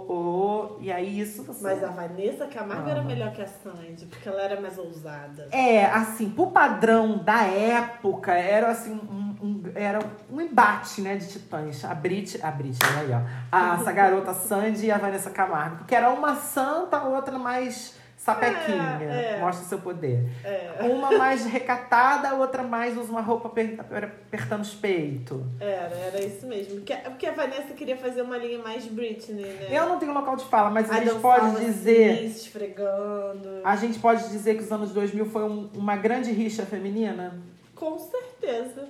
A: ô, ô. E aí isso tá você.
B: Mas a Vanessa Camargo era
A: Ah.
B: melhor que a Sandy, porque ela era mais ousada.
A: É, assim, pro padrão da época, era assim, um, um- era um embate, né, de titãs. A Brit, a Brit, olha aí, ó. A, essa garota Sandy e a Vanessa Camargo. Porque era uma santa, a outra mais sapequinha.
B: É, é.
A: Mostra seu poder.
B: É,
A: Uma mais recatada, a outra mais usa uma roupa aper- aper- apertando os peitos.
B: era, era isso mesmo. Porque, porque a Vanessa queria fazer uma linha mais Britney, né?
A: Eu não tenho local de fala, mas a
B: Aí
A: gente
B: dançava
A: pode dizer.
B: Assim, se esfregando.
A: A gente pode dizer que os anos 2000 foi um- uma grande rixa feminina?
B: Com certeza.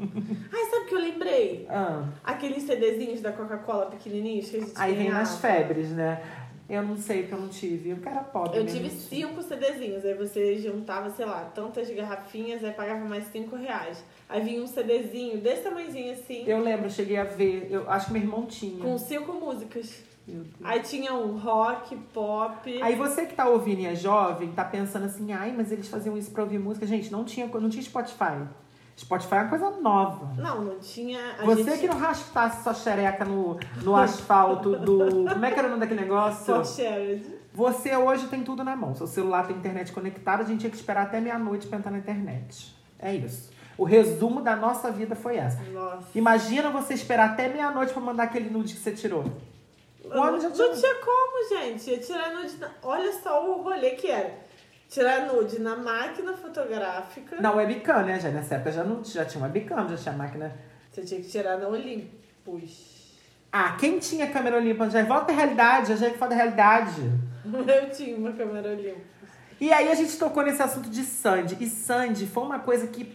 B: Ai, sabe o que eu lembrei?
A: Ah.
B: Aqueles CDzinhos da Coca-Cola pequenininhos que a gente
A: Aí vem
B: ganhava.
A: nas febres, né? Eu não sei, porque eu não tive. Eu era pobre.
B: Eu
A: né,
B: tive
A: gente?
B: cinco CDzinhos, aí você juntava, sei lá, tantas garrafinhas, aí pagava mais cinco reais. Aí vinha um CDzinho desse tamanhozinho assim,
A: Eu lembro, eu cheguei a ver. Eu acho que meu irmão tinha.
B: com cinco músicas.
A: Meu Deus.
B: Aí tinha um rock, pop.
A: Aí você que tá ouvindo e é jovem, tá pensando assim, ai, mas eles faziam isso pra ouvir música. Gente, não tinha, não tinha Spotify. Spotify é uma coisa nova.
B: Não, não tinha. A
A: você
B: gente...
A: que não raspasse sua xereca no, no asfalto do. Como é que era o nome daquele negócio?
B: Só Shared.
A: Você hoje tem tudo na mão. Seu celular tem internet conectada, a gente tinha que esperar até meia-noite pra entrar na internet. É isso. O resumo da nossa vida foi essa.
B: Nossa.
A: Imagina você esperar até meia-noite pra mandar aquele nude que você tirou. O homem já
B: não,
A: tinha-
B: tinha como, gente. Ia tirar nude. Na... Olha só o rolê que era. Tirar nude na máquina fotográfica.
A: Na webcam, né? Já nessa época já, não, já tinha webcam, já tinha máquina.
B: Você tinha que tirar na Olympus.
A: Ah, quem tinha câmera Olympus já volta à realidade, já é que fala da realidade.
B: Eu tinha uma câmera Olympus.
A: E aí a gente tocou nesse assunto de Sandy. E Sandy foi uma coisa que.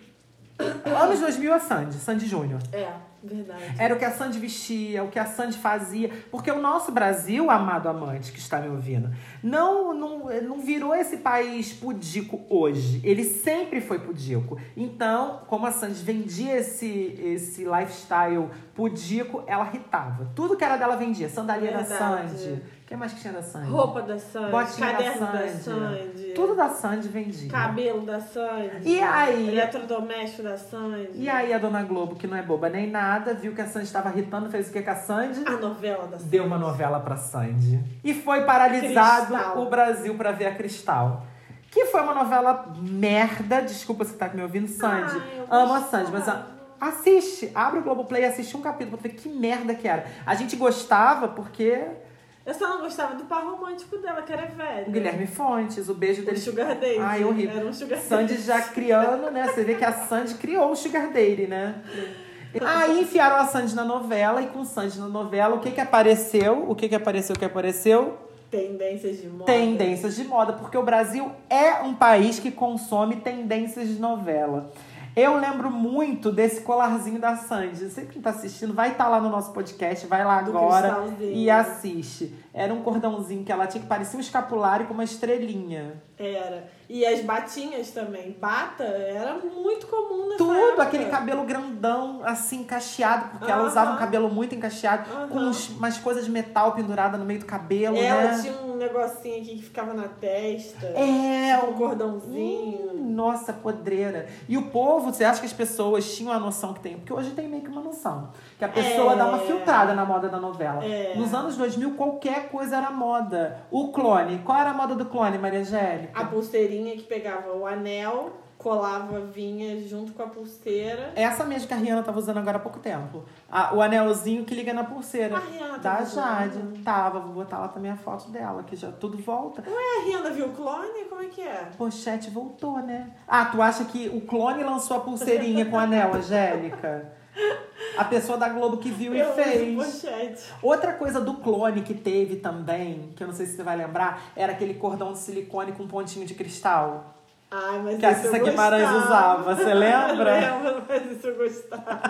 A: Anos 2000 a Sandy, Sandy Júnior.
B: É, verdade.
A: Era o que a Sandy vestia, o que a Sandy fazia. Porque o nosso Brasil, amado amante que está me ouvindo, não, não, não virou esse país pudico hoje. Ele sempre foi pudico. Então, como a Sandy vendia esse, esse lifestyle pudico, ela irritava. Tudo que era dela vendia. Sandália da
B: Verdade.
A: Sandy. O que mais que tinha da Sandy?
B: Roupa da Sandy,
A: Botinha da
B: caderno da
A: Sandy.
B: Sandy,
A: Tudo da Sandy vendia.
B: cabelo da Sandy,
A: E aí?
B: eletrodoméstico da Sandy,
A: E aí a Dona Globo, que não é boba nem nada, viu que a Sandy estava irritando, fez o que com a Sandy?
B: a novela da Sandy.
A: deu uma novela pra Sandy. E foi paralisado
B: Cristal.
A: o Brasil pra ver a Cristal. Que foi uma novela merda. Desculpa se tá me ouvindo, Sandy.
B: Ah, eu
A: Amo a
B: gostava.
A: Sandy, mas a- assiste. Abre o Globoplay e assiste um capítulo pra tu ver que merda que era. A gente gostava porque
B: Eu só não gostava do par romântico dela, que era velho.
A: o Guilherme Fontes, o beijo
B: O
A: dele.
B: Sugar Daddy.
A: Ai, horrível.
B: Era um Sugar
A: Sandy
B: Daddy.
A: já criando, né? Você vê que a Sandy criou o Sugar Daddy, né? Aí enfiaram a Sandy na novela e com Sandy na novela, o que que apareceu? O que que apareceu? O que apareceu?
B: Tendências de moda.
A: tendências de moda, porque o Brasil é um país que consome tendências de novela. Eu lembro muito desse colarzinho da Sandy. Você que não tá assistindo, vai estar lá no nosso podcast, vai lá
B: Do
A: agora
B: cristalzinho.
A: e assiste. Era um cordãozinho que ela tinha que parecia um escapulário com uma estrelinha.
B: Era. E as batinhas também. Bata era muito comum nessa
A: Tudo,
B: época.
A: aquele cabelo grandão, assim, cacheado, porque ela
B: Aham.
A: usava um cabelo muito encaixeado, com
B: Aham.
A: uns- umas coisas de metal pendurada no meio do cabelo,
B: Ela
A: né?
B: tinha um negocinho aqui que ficava na testa.
A: É,
B: um cordãozinho.
A: Hum, nossa, podreira. E o povo, você acha que as pessoas tinham a noção que tem? Porque hoje tem meio que uma noção. Que a pessoa
B: É.
A: dá uma filtrada na moda da novela.
B: É.
A: Nos anos 2000, qualquer coisa era moda. O clone. Qual era a moda do clone, Maria Angélica?
B: A pulseirinha que pegava o anel, colava, vinha junto com a pulseira.
A: Essa mesmo que a Rihanna tava usando agora há pouco tempo. A- o anelzinho que liga na pulseira.
B: A Rihanna um-
A: da
B: tava
A: Jade.
B: usando.
A: Tava, vou botar lá também a foto dela, que já tudo volta.
B: Ué, a Rihanna viu o clone? Como é que é?
A: Pochete voltou, né? Ah, tu acha que o clone lançou a pulseirinha com anel, Angélica? A pessoa da Globo que viu
B: Eu
A: e fez.
B: uso pochete.
A: Outra coisa do clone que teve também, que eu não sei se você vai lembrar, era aquele cordão de silicone com pontinho de cristal.
B: Ai, mas
A: Que a
B: isso eu
A: Cissa Guimarães
B: gostava.
A: usava, você lembra?
B: Lembro, mas isso eu gostava.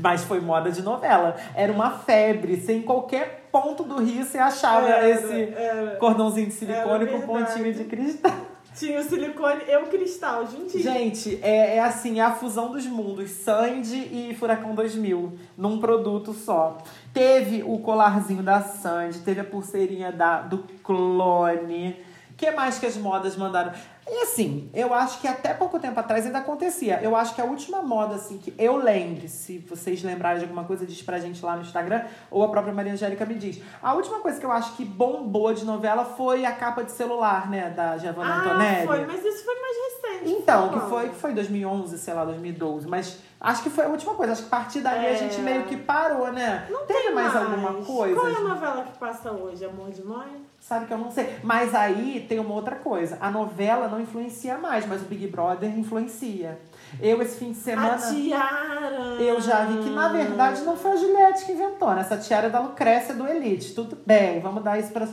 A: Mas foi moda de novela. Era uma febre. Sem qualquer ponto do Rio, você achava
B: Era,
A: esse
B: era.
A: cordãozinho de silicone
B: Era
A: com
B: verdade.
A: pontinho de cristal.
B: Tinha o silicone e o cristal, gente.
A: Gente, é, é assim, é a fusão dos mundos, Sandy e Furacão 2000, num produto só. Teve o colarzinho da Sandy, teve a pulseirinha da, do clone. que mais que as modas mandaram? E assim, eu acho que até pouco tempo atrás ainda acontecia. Eu acho que a última moda, assim, que eu lembre, se vocês lembrarem de alguma coisa, diz pra gente lá no Instagram, ou a própria Maria Angélica me diz. A última coisa que eu acho que bombou de novela foi a capa de celular, né, da Giovanna
B: ah,
A: Antonelli.
B: foi, mas isso foi mais recente.
A: Então, que
B: quando?
A: foi, que foi 2011, sei lá, 2012. Mas acho que foi a última coisa. Acho que a partir daí a
B: É.
A: gente meio que parou, né?
B: Não
A: Teve
B: tem
A: mais alguma coisa?
B: Qual é a novela que passa hoje? Amor de Mãe?
A: Sabe que eu não sei. Mas aí tem uma outra coisa. A novela não influencia mais, mas o Big Brother influencia. Eu, esse fim de
B: A
A: semana,
B: Tiara.
A: eu já vi que, na verdade, não foi a Juliette que inventou, né? Essa tiara é da Lucrécia do Elite. Tudo bem, vamos dar isso pra.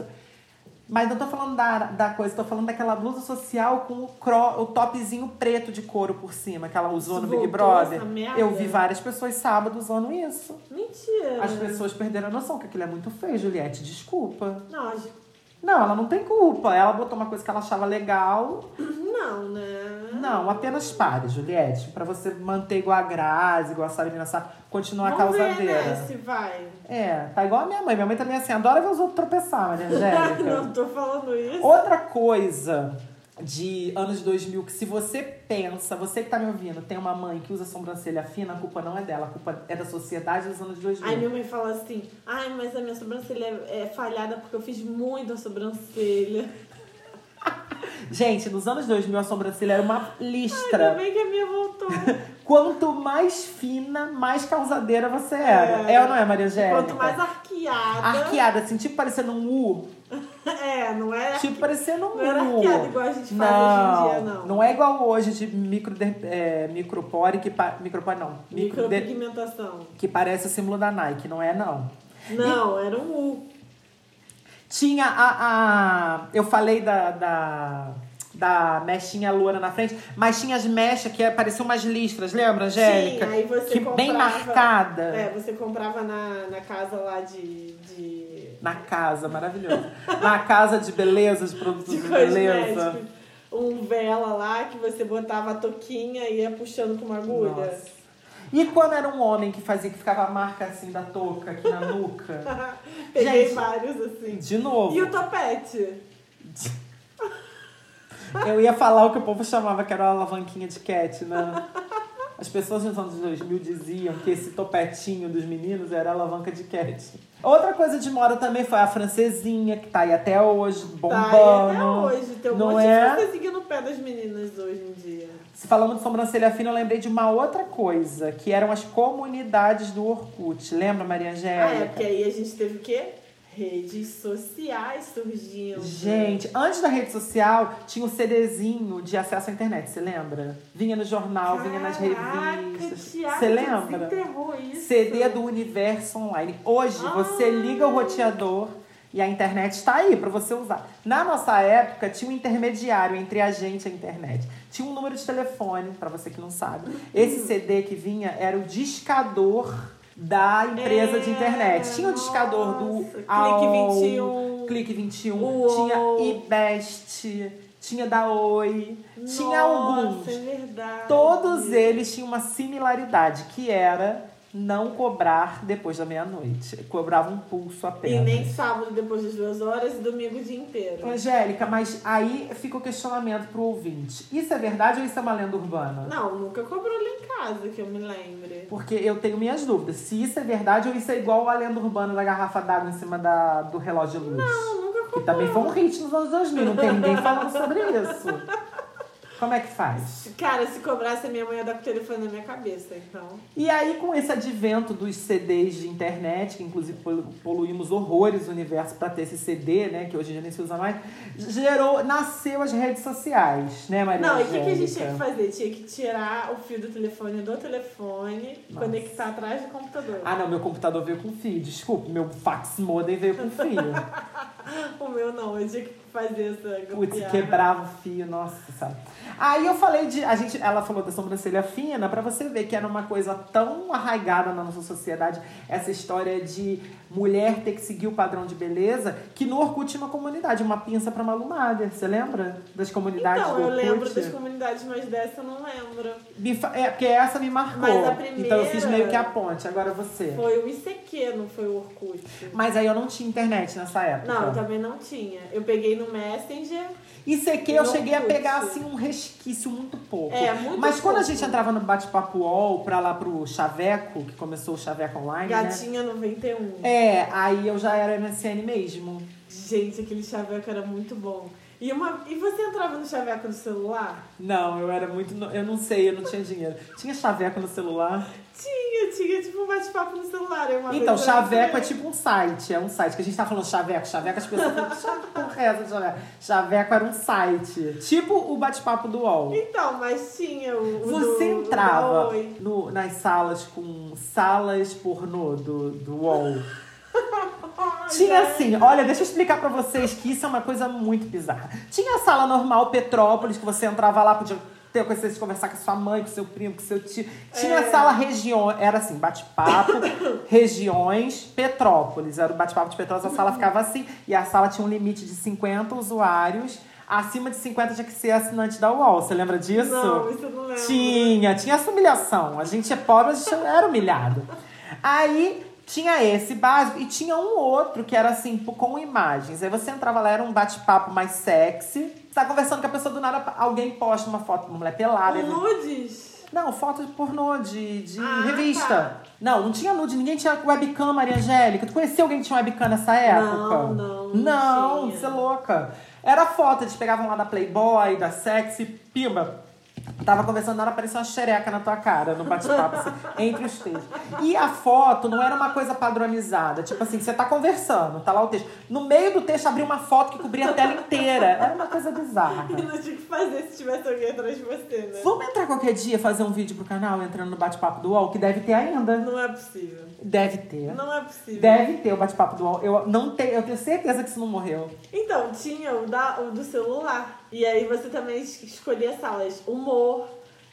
A: Mas não tô falando da, da coisa, tô falando daquela blusa social com o, cro, o topzinho preto de couro por cima que ela usou no Big
B: Voltou
A: Brother.
B: essa merda? né?
A: Eu vi várias pessoas sábado usando isso.
B: Mentira.
A: As pessoas perderam a noção que aquilo é muito feio, Juliette, desculpa.
B: Não, acho-
A: Não, ela não tem culpa. Ela botou uma coisa que ela achava legal.
B: não, né?
A: Não, apenas pare, Juliette, pra você manter igual a Grazi, igual a Sabrina Sá, continuar a
B: Vamos ver,
A: é causadeira.
B: né, se vai.
A: É, tá igual a minha mãe. Minha mãe também é assim, adora ver os outros tropeçar, Maria Angélica.
B: não tô falando isso.
A: Outra coisa de anos 2000 que se você pensa, você que tá me ouvindo, tem uma mãe que usa sobrancelha fina, a culpa não é dela, a culpa é da sociedade dos anos 2000.
B: Aí minha mãe fala assim, ai, mas a minha sobrancelha é, é falhada porque eu fiz muito a sobrancelha.
A: Gente, nos anos 2000 a sobrancelha era uma listra.
B: Ainda bem que a minha voltou.
A: Quanto mais fina, mais causadeira você era. É, ou não é, Maria Angélica?
B: Quanto mais arqueada.
A: Arqueada, assim, tipo parecendo um U.
B: É, não é?
A: Tipo parecendo um
B: Não era
A: U.
B: arqueada igual a gente faz hoje em dia, não.
A: é igual hoje de micro, é, micropore, que pa, micropore não. Micro de-
B: Micropigmentação.
A: que parece o símbolo da Nike, não é não.
B: Não, era um U.
A: Tinha a. a- eu falei da, da, da mechinha loura na frente, mas tinha as mechas que pareciam umas listras, lembra, Angélica?
B: Sim, aí você
A: que
B: comprava.
A: bem marcada.
B: É, você comprava na, na casa lá de. de,
A: Na casa, maravilhoso. Na casa de beleza, de produtos de,
B: de
A: beleza.
B: cosméticos. Um vela lá que você botava a toquinha e ia puxando com uma agulha.
A: Nossa. E quando era um homem que fazia, que ficava a marca assim da touca aqui na nuca?
B: Peguei
A: Gente.
B: vários assim.
A: De novo.
B: E o topete?
A: Eu ia falar o que o povo chamava, que era a alavanquinha de cat, né? As pessoas nos anos 2000 diziam que esse topetinho dos meninos era a alavanca de cat. Outra coisa de moda também foi a francesinha, que tá aí até hoje, bombando.
B: Tá, e até hoje. Tem um
A: não
B: monte
A: é?
B: de coisa seguindo o pé das meninas hoje em dia.
A: Se falando de sobrancelha fina, eu lembrei de uma outra coisa, que eram as comunidades do Orkut. Lembra, Maria
B: Ah, é,
A: Angélica?
B: porque aí a gente teve o quê? Redes sociais surgindo.
A: Gente, antes da rede social, tinha um CDzinho de acesso à internet, você lembra? Vinha no jornal, vinha nas
B: Caraca,
A: revistas.
B: Thiago,
A: Você lembra?
B: desenterrou isso. Ah.
A: CD do Universo Online. Hoje, você liga o roteador e a internet está aí para você usar. Na nossa época, tinha um intermediário entre a gente e a internet. Tinha um número de telefone, para você que não sabe.
B: Hum.
A: Esse CD que vinha era o discador da empresa de internet. Tinha o discador do
B: É, nossa, Clique
A: AOL,
B: 21.
A: Clique 21,
B: Uou.
A: tinha IBEST, tinha da Oi, tinha alguns.
B: Nossa, é verdade.
A: Todos eles tinham uma similaridade, que era não cobrar depois da meia-noite. Cobrava um pulso
B: E
A: apenas.
B: nem sábado depois das duas horas e domingo o dia inteiro.
A: Angélica, mas aí fica o questionamento pro ouvinte. Isso é verdade ou isso é uma lenda urbana?
B: Não, nunca cobrou lá em casa, que eu me lembre.
A: Porque eu tenho minhas dúvidas. Se isso é verdade ou isso é igual a lenda urbana da garrafa d'água em cima da, do relógio de luz.
B: Não, nunca
A: Que também foi um hit nos anos 2000. Não tem ninguém falando sobre isso. Como é que faz?
B: cobrou. Cara, se cobrasse a minha mãe ia dar com o telefone na minha cabeça, então.
A: E aí, com esse advento dos CDs de internet, que inclusive polu- poluímos horrores o universo para ter esse CD, né? Que hoje em dia nem se usa mais, gerou, nasceu as redes sociais, né, Maria?
B: Não, e o que, que a gente
A: Angélica?
B: tinha que fazer? Tinha que tirar o fio do telefone do telefone,
A: Nossa.
B: conectar atrás do computador.
A: Ah, não, meu computador veio com fio, desculpa, meu fax modem veio com fio.
B: O meu não, eu tinha que fazer essa
A: Putz,
B: gambiarra.
A: quebrava o fio, nossa. sabe? Aí eu falei de. A gente, ela falou da sobrancelha fina, pra você ver que era uma coisa tão arraigada na nossa sociedade, essa história de mulher ter que seguir o padrão de beleza, que no Orkut tinha uma comunidade, uma pinça pra malumária. Você lembra? Das comunidades
B: Então,
A: do
B: eu
A: Orkut?
B: lembro das comunidades, mas dessa eu não lembro.
A: Me fa- É, porque essa me marcou.
B: Mas a primeira-
A: Então eu fiz meio que a ponte, agora você.
B: Foi o ICQ, não foi o Orkut.
A: Mas aí eu não tinha internet nessa época.
B: Não, eu também não tinha. Eu peguei no Messenger.
A: Isso aqui eu
B: Não
A: cheguei a
B: curte.
A: pegar assim um resquício muito pouco.
B: É, muito
A: Mas quando a
B: pouco.
A: gente entrava no bate-papo UOL pra lá pro Chaveco, que começou o Chaveco Online, né?
B: Gatinha 91.
A: É, aí eu já era MSN mesmo.
B: Gente, aquele chaveco era muito bom. E, uma... e você entrava no chaveco do celular?
A: Não, eu era muito. no- Eu não sei, eu não tinha dinheiro. Tinha chaveco no celular.
B: Tinha, tinha tipo um bate-papo no celular. é Uma
A: então,
B: coisa-
A: chaveco é tipo um site. É um site. Que a gente tá falando chaveco, chaveco, as pessoas falam, "Chave- porra é essa de chaveco. Chaveco era um site. Tipo o bate-papo do UOL.
B: Então, mas tinha o. o
A: tipo- Você
B: do- o da
A: entrava
B: Oi.
A: no- nas salas com salas pornô do, do UOL.
B: Ai,
A: Tinha
B: gente.
A: assim, olha, deixa eu explicar pra vocês que isso é uma coisa muito bizarra. Tinha a sala normal Petrópolis, que você entrava lá, podia ter coisa de conversar com sua mãe, com seu primo, com seu tio. Tinha
B: É.
A: a sala regiões, era assim, bate-papo, regiões, Petrópolis. Era o bate-papo de Petrópolis, a sala ficava assim, e a sala tinha um limite de 50 usuários. Acima de 50 tinha que ser assinante da UOL. Você lembra disso?
B: Não, isso eu não lembro.
A: Tinha, tinha essa humilhação. A gente é pobre, a gente era humilhado. Aí tinha esse básico e tinha um outro que era assim, pô, com imagens. Aí você entrava lá, era um bate-papo mais sexy. Você tá conversando com a pessoa do nada, alguém posta uma foto de uma mulher pelada.
B: O nudes?
A: Não, foto de pornô, de, de
B: Ah,
A: revista. Não, não tinha nude, ninguém tinha webcam, Maria Angélica. Tu conhecia alguém que tinha webcam nessa época?
B: não, não
A: Não,
B: tinha.
A: você é louca. Era foto, eles pegavam lá da Playboy, da Sexy, pimba. Tava conversando, na hora apareceu uma xereca na tua cara, no bate-papo, assim, entre os textos. E a foto não era uma coisa padronizada. Tipo assim, você tá conversando, tá lá o texto. No meio do texto abria uma foto que cobria a tela inteira. Era uma coisa bizarra.
B: E não tinha o que fazer se tivesse alguém atrás de você, né?
A: Vamos entrar qualquer dia fazer um vídeo pro canal entrando no bate-papo do UOL, que deve ter ainda.
B: Não é possível.
A: Deve ter.
B: Não é possível.
A: Deve ter o bate-papo do UOL. Eu, não tenho, eu tenho certeza que isso não morreu.
B: Então, tinha o, da, o do celular. E aí você também es- escolhia salas. Humor,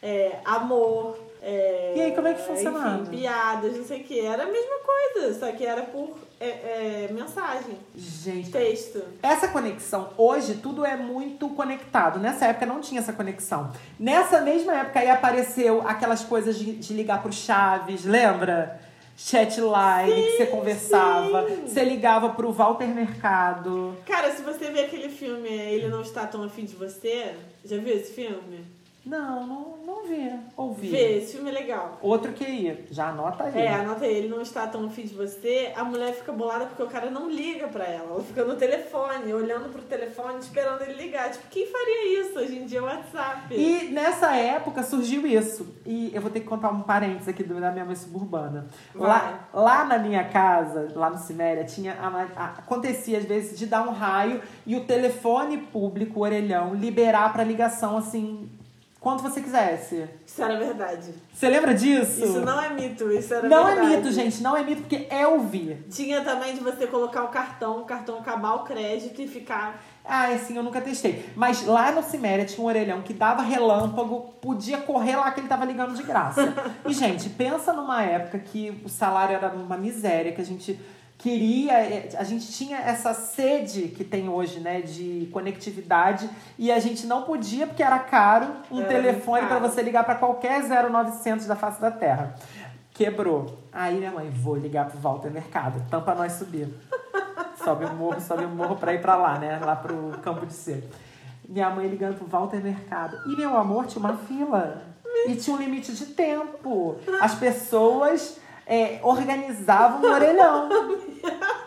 B: é, amor. é,
A: E aí, como é que funcionava?
B: Enfim, piadas, não sei o que. Era a mesma coisa, só que era por é, é, mensagem,
A: Gente.
B: texto.
A: Essa conexão, hoje tudo é muito conectado. Nessa época não tinha essa conexão. Nessa mesma época aí apareceu aquelas coisas de, de ligar pro Chaves, lembra? Chatline, que você conversava. Você ligava pro Walter Mercado.
B: Cara, se você vê aquele filme Ele Não Está Tão Afim de Você, já viu esse filme?
A: Não, não, não vi. Ouvi.
B: Vê, esse filme é legal.
A: Outro QI. Já anota aí.
B: É, anota aí, ele não está tão afim de você. A mulher fica bolada porque o cara não liga pra ela. Ela fica no telefone, olhando pro telefone, esperando ele ligar. Tipo, quem faria isso? Hoje em dia é o WhatsApp.
A: E nessa época surgiu isso. E eu vou ter que contar um parênteses aqui do- da minha mãe suburbana.
B: Vai.
A: Lá, lá na minha casa, lá no Ciméria, tinha a ma- a- acontecia às vezes de dar um raio e o telefone público, o orelhão, liberar pra ligação assim, quando você quisesse.
B: Isso era verdade.
A: Você lembra disso?
B: Isso. não é mito, isso era
A: Não
B: verdade.
A: é mito, gente, não é mito, porque eu vi.
B: Tinha também de você colocar o cartão, o cartão acabar o crédito e ficar.
A: Ah, assim, eu nunca testei. Mas lá no Ciméria tinha um orelhão que dava relâmpago, podia correr lá que ele tava ligando de graça. e, gente, pensa numa época que o salário era uma miséria, que a gente queria, eh, a gente tinha essa sede que tem hoje, né, de conectividade, e a gente não podia porque era caro um
B: Era
A: telefone
B: muito
A: para
B: caro.
A: você ligar para qualquer 0900 da face da Terra. Quebrou. Aí minha mãe, vou ligar pro Walter Mercado, tampa nós subir. Sobe o morro, sobe o morro pra ir pra lá, né? Lá pro campo de ser. Minha mãe ligando pro Walter Mercado. E meu amor, tinha uma fila. E tinha um limite de tempo. As pessoas é, organizavam o orelhão.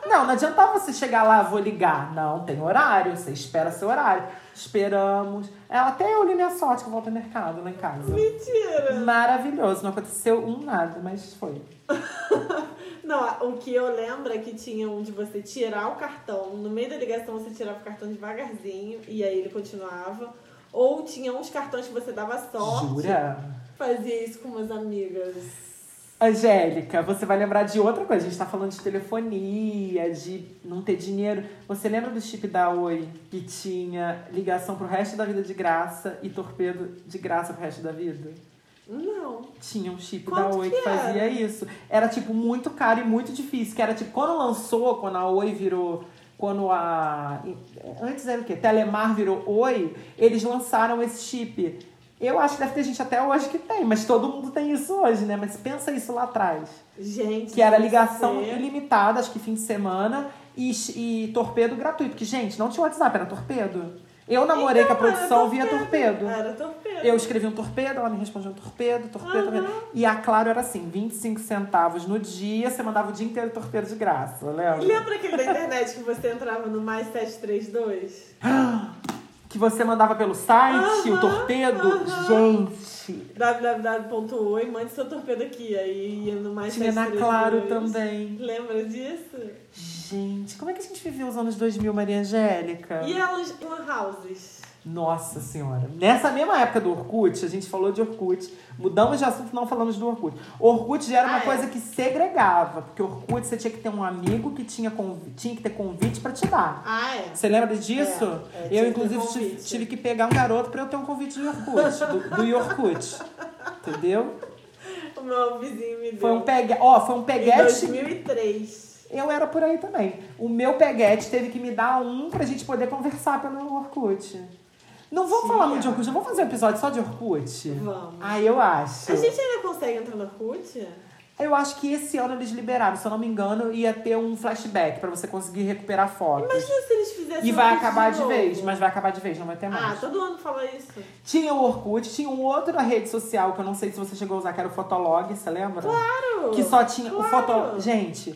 A: Não, não adiantava você chegar lá, vou ligar. Não, tem horário, você espera seu horário. Esperamos. Ela até eu li minha sorte que eu volto ao mercado lá em casa.
B: Mentira!
A: Maravilhoso, não aconteceu um nada, mas foi.
B: Não, o que eu lembro é que tinha um de você tirar o cartão, no meio da ligação você tirava o cartão devagarzinho e aí ele continuava. Ou tinha uns cartões que você dava sorte.
A: Jura?
B: Fazia isso com umas amigas.
A: Angélica, você vai lembrar de outra coisa. A gente tá falando de telefonia, de não ter dinheiro. Você lembra do chip da Oi que tinha ligação pro resto da vida de graça e torpedo de graça pro resto da vida?
B: Não.
A: Tinha um chip da
B: Quanto
A: Oi que,
B: que
A: fazia
B: era?
A: isso. Era, tipo, muito caro e muito difícil. Que era, tipo, quando lançou, quando a Oi virou... Quando a... Antes era o quê? Telemar virou Oi. Eles lançaram esse chip. Eu acho que deve ter gente até hoje que tem. Mas todo mundo tem isso hoje, né? Mas pensa isso lá atrás.
B: Gente.
A: Que era
B: deve
A: ligação
B: ser.
A: ilimitada, acho que fim de semana. E, e torpedo gratuito. Que, gente, não tinha WhatsApp, era torpedo. Eu namorei
B: Então,
A: com a
B: era
A: produção via torpedo.
B: Era torpedo.
A: Eu escrevi um torpedo, ela me respondia um torpedo, torpedo,
B: Aham.
A: torpedo. E a Claro era assim, 25 centavos no dia, você mandava o dia inteiro torpedo de graça, lembra?
B: Lembra aquele da internet que você entrava no mais 732?
A: Que você mandava pelo site, o
B: Aham,
A: torpedo.
B: aham.
A: Gente,
B: www.oi, mande seu torpedo aqui. Aí ia no mais
A: tinha na
B: 732.
A: Claro também.
B: Lembra disso?
A: Gente, como é que a gente vivia os anos 2000, Maria Angélica?
B: E elas lan houses.
A: Nossa senhora. Nessa mesma época do Orkut, a gente falou de Orkut, mudamos de assunto, não falamos do Orkut. Orkut já era uma
B: Ah, é?
A: coisa que segregava, porque Orkut você tinha que ter um amigo que tinha, convi- tinha que ter convite pra te dar.
B: Ah, é.
A: Você lembra disso?
B: É, é,
A: eu,
B: tinha que
A: inclusive,
B: ter
A: tive,
B: convite.
A: tive que pegar um garoto pra eu ter um convite do Orkut, do, do Yorkut. Entendeu?
B: O meu vizinho me deu.
A: Foi um pegue... Ó, foi um
B: Em
A: peguete
B: 2003.
A: Eu era por aí também. O meu peguete teve que me dar um pra gente poder conversar pelo Orkut. Não vamos
B: Sim,
A: falar muito
B: é.
A: de Orkut, não vamos fazer um episódio só de Orkut?
B: Vamos.
A: Ah, eu acho.
B: A gente ainda consegue entrar no Orkut?
A: Eu acho que esse ano eles liberaram, se eu não me engano, ia ter um flashback pra você conseguir recuperar fotos.
B: Imagina se eles fizessem
A: E vai
B: um vídeo
A: acabar de
B: novo.
A: vez, mas vai acabar de vez, não vai ter mais.
B: Ah, todo ano fala isso.
A: Tinha o Orkut, tinha um outro na rede social que eu não sei se você chegou a usar, que era o Fotolog, você lembra?
B: Claro!
A: Que só tinha o
B: Claro.
A: foto. Gente,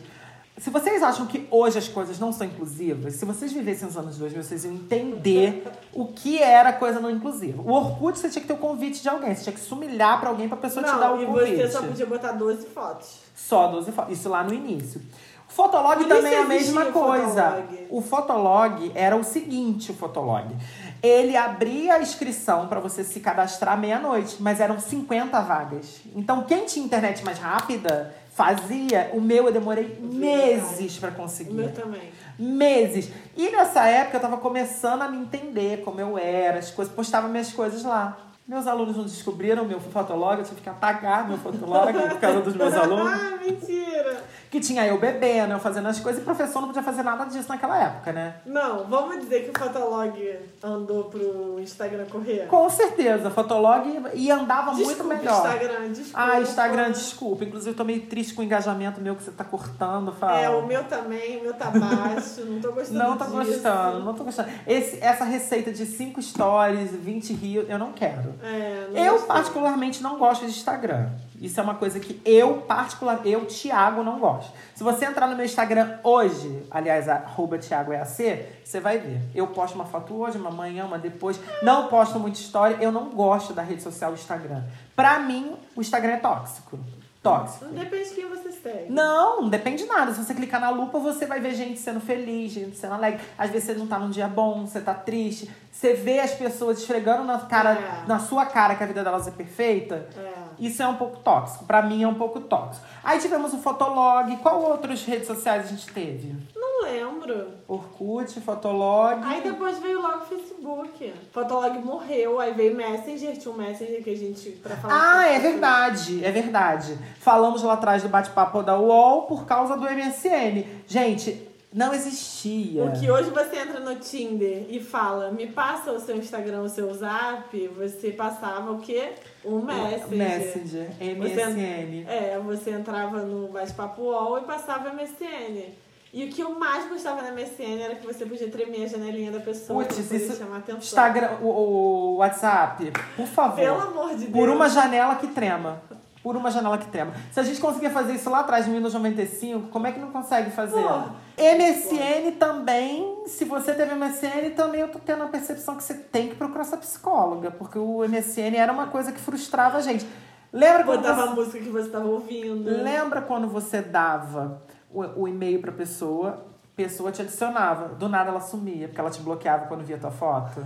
A: se vocês acham que hoje as coisas não são inclusivas, se vocês vivessem os anos 2000, vocês iam entender o que era coisa não inclusiva. O Orkut, você tinha que ter o convite de alguém, você tinha que se humilhar pra alguém pra pessoa te dar
B: Não,
A: o
B: e
A: convite.
B: você só podia botar 12 fotos.
A: Só 12 fotos. Isso lá no início. O Fotolog
B: Por
A: também
B: isso
A: é a mesma
B: existia o
A: coisa.
B: Fotolog.
A: O Fotolog era o seguinte, o Fotolog. Ele abria a inscrição pra você se cadastrar meia-noite, mas eram 50 vagas. Então, quem tinha internet mais rápida fazia. O meu eu demorei meses pra
B: O É meu
A: conseguir.
B: também.
A: Meses. E nessa época eu tava começando a me entender como eu era, as coisas, postava minhas coisas lá. Meus alunos não descobriram meu fotolog, eu tive que apagar meu fotolog por causa dos meus alunos
B: ah, mentira!
A: que tinha eu bebendo, eu fazendo as coisas, e o professor não podia fazer nada disso naquela época, né?
B: Não, vamos dizer que o Fotolog andou pro Instagram correr?
A: Com certeza, Fotolog e andava
B: Desculpa,
A: é muito melhor.
B: Instagram, desculpa.
A: Ah, Instagram, desculpa. Inclusive, eu tô meio triste com o engajamento meu que você tá cortando, fala.
B: É, o meu também, o meu tá baixo, não tô gostando
A: Não tô
B: disso.
A: gostando, não tô gostando. Esse, essa receita de 5 stories, 20 rios, eu não quero.
B: É, não
A: Eu
B: gostei.
A: particularmente não gosto de Instagram. Isso é uma coisa que eu particular, eu Thiago não gosto. Se você entrar no meu Instagram hoje, aliás, arroba Thiago EAC, você vai ver. Eu posto uma foto hoje, uma amanhã, uma depois. Não posto muita história. Eu não gosto da rede social Instagram. Pra mim, o Instagram é tóxico. Tóxico.
B: Não depende de quem você segue.
A: Não, não depende de nada. Se você clicar na lupa, você vai ver gente sendo feliz, gente sendo alegre. Às vezes você não tá num dia bom, você tá triste. Você vê as pessoas esfregando na, cara,
B: É.
A: na sua cara que a vida delas é perfeita.
B: É.
A: Isso é um pouco tóxico. Pra mim é um pouco tóxico. Aí tivemos o Fotolog. Qual outras redes sociais a gente teve?
B: Não lembro.
A: Orkut, Fotolog.
B: Aí depois veio logo o Facebook. Fotolog morreu, aí veio Messenger, tinha um Messenger que a gente pra falar.
A: Ah, é
B: sobre-
A: verdade, é verdade. Falamos lá atrás do bate-papo da UOL por causa do MSN. Gente, não existia.
B: O que hoje você entra no Tinder e fala, me passa o seu Instagram, o seu Zap, você passava o quê? Um
A: Um
B: O é Messenger.
A: Messenger, MSN.
B: É, você entrava no bate-papo UOL e passava MSN. E o que eu mais gostava na MSN era que você podia tremer a janelinha da pessoa pra
A: Putz,
B: poder
A: isso.
B: chamar atenção.
A: Instagram, o, o WhatsApp, por favor.
B: Então, Pelo amor de Deus.
A: por uma janela que trema. Por uma janela que trema. Se a gente conseguia fazer isso lá atrás, no Windows 95, como é que não consegue fazer?
B: Porra.
A: MSN também, se você teve MSN, também eu tô tendo a percepção que você tem que procurar essa psicóloga, porque o MSN era uma coisa que frustrava a gente. Lembra quando
B: Botava a
A: você-
B: música que você tava ouvindo.
A: Lembra quando você dava o, o e-mail pra pessoa, pessoa te adicionava, do nada ela sumia, porque ela te bloqueava quando via tua foto?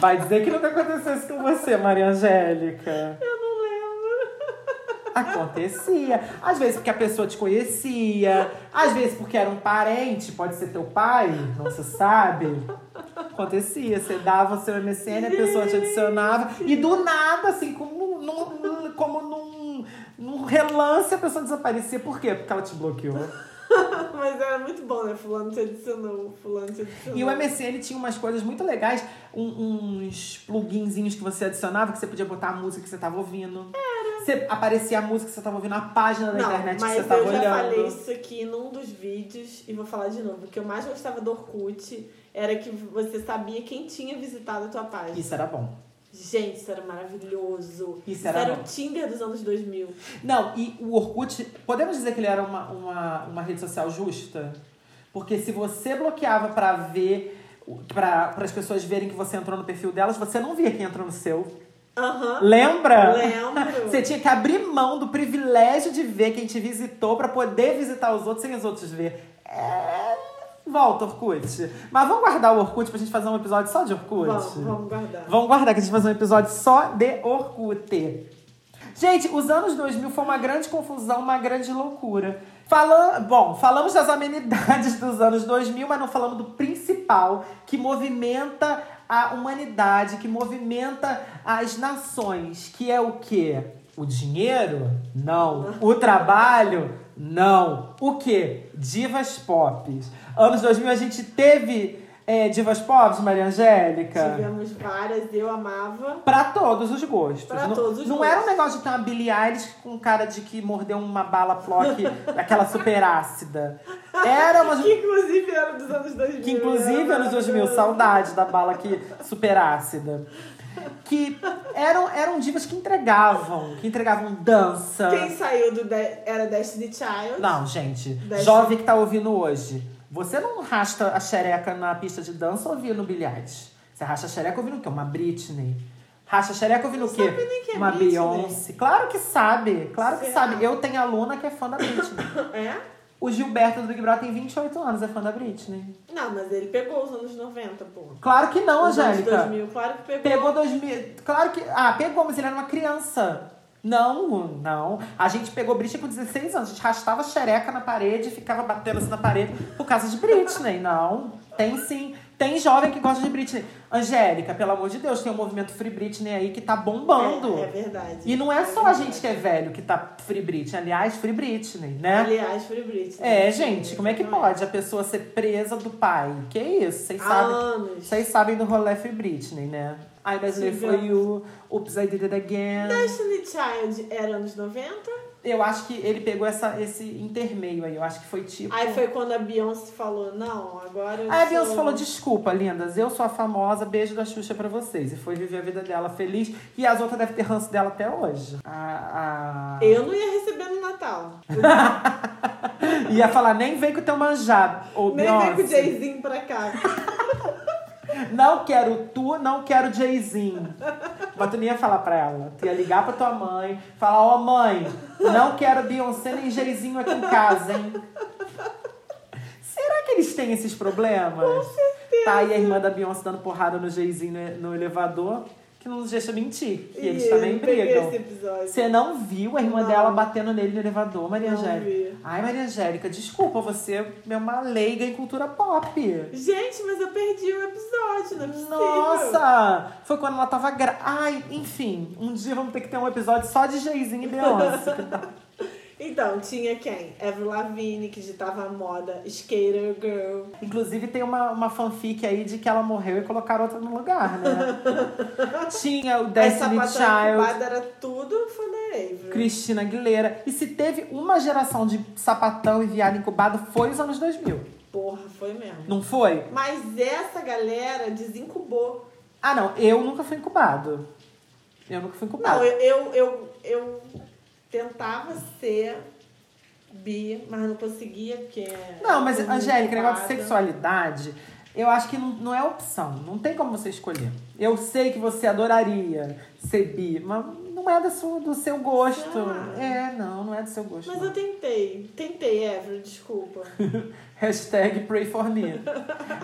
A: Vai dizer que nunca aconteceu isso com você, Maria Angélica.
B: Eu não lembro.
A: Acontecia. Às vezes porque a pessoa te conhecia, às vezes porque era um parente, pode ser teu pai, não se sabe. Acontecia, você dava o seu MSN, a pessoa te adicionava, e do nada, assim, como num, como num, num relance, a pessoa desaparecia. Por quê? Porque ela te bloqueou.
B: Mas era muito bom, né? Fulano te adicionou, fulano te adicionou.
A: E o MSN tinha umas coisas muito legais, um- uns pluginzinhos que você adicionava, que você podia botar a música que você tava ouvindo. Era. Você, aparecia a música que você tava ouvindo, a página da
B: Não,
A: internet que
B: mas
A: você tava
B: eu já
A: olhando.
B: falei isso aqui num dos vídeos e vou falar de novo. O que eu mais gostava do Orkut era que você sabia quem tinha visitado a tua página.
A: Isso era bom.
B: Gente, isso era maravilhoso.
A: Isso era bom.
B: o Tinder dos anos 2000.
A: Não, e o Orkut, podemos dizer que ele era uma, uma, uma rede social justa? Porque se você bloqueava pra ver, para as pessoas verem que você entrou no perfil delas, você não via quem entrou no seu.
B: Aham.
A: Lembra?
B: Lembro.
A: Você tinha que abrir mão do privilégio de ver quem te visitou pra poder visitar os outros sem os outros ver. É... Volta, Orkut. Mas vamos guardar o Orkut pra gente fazer um episódio só de Orkut?
B: Vamos, vamos guardar.
A: Vamos guardar que a gente vai fazer um episódio só de Orkut. Gente, os anos 2000 foi uma grande confusão, uma grande loucura. Falan... Bom, falamos das amenidades dos anos 2000, mas não falamos do principal que movimenta a humanidade, que movimenta as nações, que é o quê? O dinheiro? Não. O trabalho? Não. O quê? Divas pop. Anos 2000 a gente teve é, divas pop, Maria Angélica?
B: Tivemos várias, eu amava.
A: Pra todos os gostos.
B: Pra
A: não
B: todos os
A: não
B: gostos.
A: era um negócio de ter uma Billie Eilish com cara de que mordeu uma bala flock, aquela super ácida. Era uma...
B: Que inclusive era dos anos 2000.
A: Que inclusive,
B: era
A: anos 2000,
B: maravilhoso.
A: saudade da bala que super ácida. Que eram, eram divas que entregavam, que entregavam dança.
B: Quem saiu do de- era Destiny Child.
A: Não, gente,
B: Dez-
A: jovem que tá ouvindo hoje, você não rasta a xereca na pista de dança ouvindo bilhete. Você racha a xereca ouvindo o quê? Uma Britney. Racha a xereca ouvindo o quê?
B: sabe nem quem é
A: Uma
B: Britney.
A: Beyoncé. Claro que sabe, claro que
B: Será?
A: sabe. Eu tenho aluna que é fã da Britney.
B: É?
A: o Gilberto do Big Brother tem 28 anos, é fã da Britney.
B: Não, mas ele pegou os anos 90, pô.
A: Claro que não,
B: os anos
A: Angélica.
B: 2000, claro que pegou.
A: Pegou 2000. Claro que. Ah, pegou, mas ele era uma criança. Não, não. A gente pegou Britney com 16 anos. A gente rastava a xereca na parede e ficava batendo assim na parede por causa de Britney. Não. Tem sim. Tem jovem que gosta de Britney. Angélica, pelo amor de Deus, tem um movimento Free Britney aí que tá bombando.
B: É, é verdade.
A: E não é só a gente que é velho que tá Free Britney. Aliás, Free Britney, né?
B: Aliás, Free Britney.
A: É, gente, como é que
B: Exatamente.
A: pode a pessoa ser presa do pai? Que isso? Vocês
B: Há
A: sabem.
B: anos.
A: Vocês sabem do rolê Free Britney, né? I Brasileiro
B: Tivemos.
A: foi o Oops, I Did It Again.
B: Destiny Child era anos 90.
A: Eu acho que ele pegou essa, esse intermeio aí. Eu acho que foi tipo.
B: Aí foi quando a Beyoncé falou, não, agora
A: Aí
B: eu
A: Ah, a
B: sou-
A: Beyoncé falou: desculpa, lindas, eu sou a famosa, beijo da Xuxa pra vocês. E foi viver a vida dela feliz. E as outras devem ter ranço dela até hoje. A, a...
B: Eu não ia receber no Natal.
A: Ia falar: nem vem com o teu manjado. ô,
B: Nem vem com
A: Beyoncé.
B: o Jayzinho pra cá.
A: Não quero tu, não quero Jayzinho. Mas tu nem ia falar pra ela. Tu ia ligar pra tua mãe, falar, ó mãe, não quero Beyoncé nem Jayzinho aqui em casa, hein? Será que eles têm esses problemas? Com certeza. Tá aí a irmã da Beyoncé dando porrada no Jayzinho no- no elevador, que não nos deixa mentir. E eles
B: Ih, eu
A: também
B: não peguei
A: brigam.
B: esse episódio.
A: Você não viu a irmã
B: Não.
A: dela batendo nele no elevador, Maria
B: Não
A: Angélica?
B: vi.
A: Ai, Maria Angélica, desculpa, você é uma leiga em cultura pop.
B: Gente, mas eu perdi o episódio, não é possível.
A: Nossa! Foi quando ela tava gra... Ai, enfim. Um dia vamos ter que ter um episódio só de Jayzinho e Beyoncé. que tá-
B: Então, tinha quem? Avril Lavigne, que ditava a moda, Skater Girl.
A: Inclusive tem uma, uma fanfic aí de que ela morreu e colocaram outra no lugar, né? Tinha o Destiny
B: Essa
A: Child,
B: era tudo fã da Avril.
A: Cristina Aguilera. E se teve uma geração de sapatão e viado incubado, foi os anos 2000.
B: Porra, foi mesmo.
A: Não foi?
B: Mas essa galera desincubou.
A: Ah, não. Eu nunca fui incubado. Eu nunca fui incubado.
B: Não, eu, eu, eu, eu tentava ser bi, mas não conseguia, porque... é
A: Não, mas,
B: tudo
A: Angélica, um negócio de
B: incubada.
A: sexualidade, eu acho que não, não é opção. Não tem como você escolher. Eu sei que você adoraria ser bi, mas não é da sua- do seu gosto.
B: Ah.
A: É, não, não é do seu gosto.
B: Mas
A: não.
B: eu tentei. Tentei, Avril, desculpa.
A: Hashtag pray for me.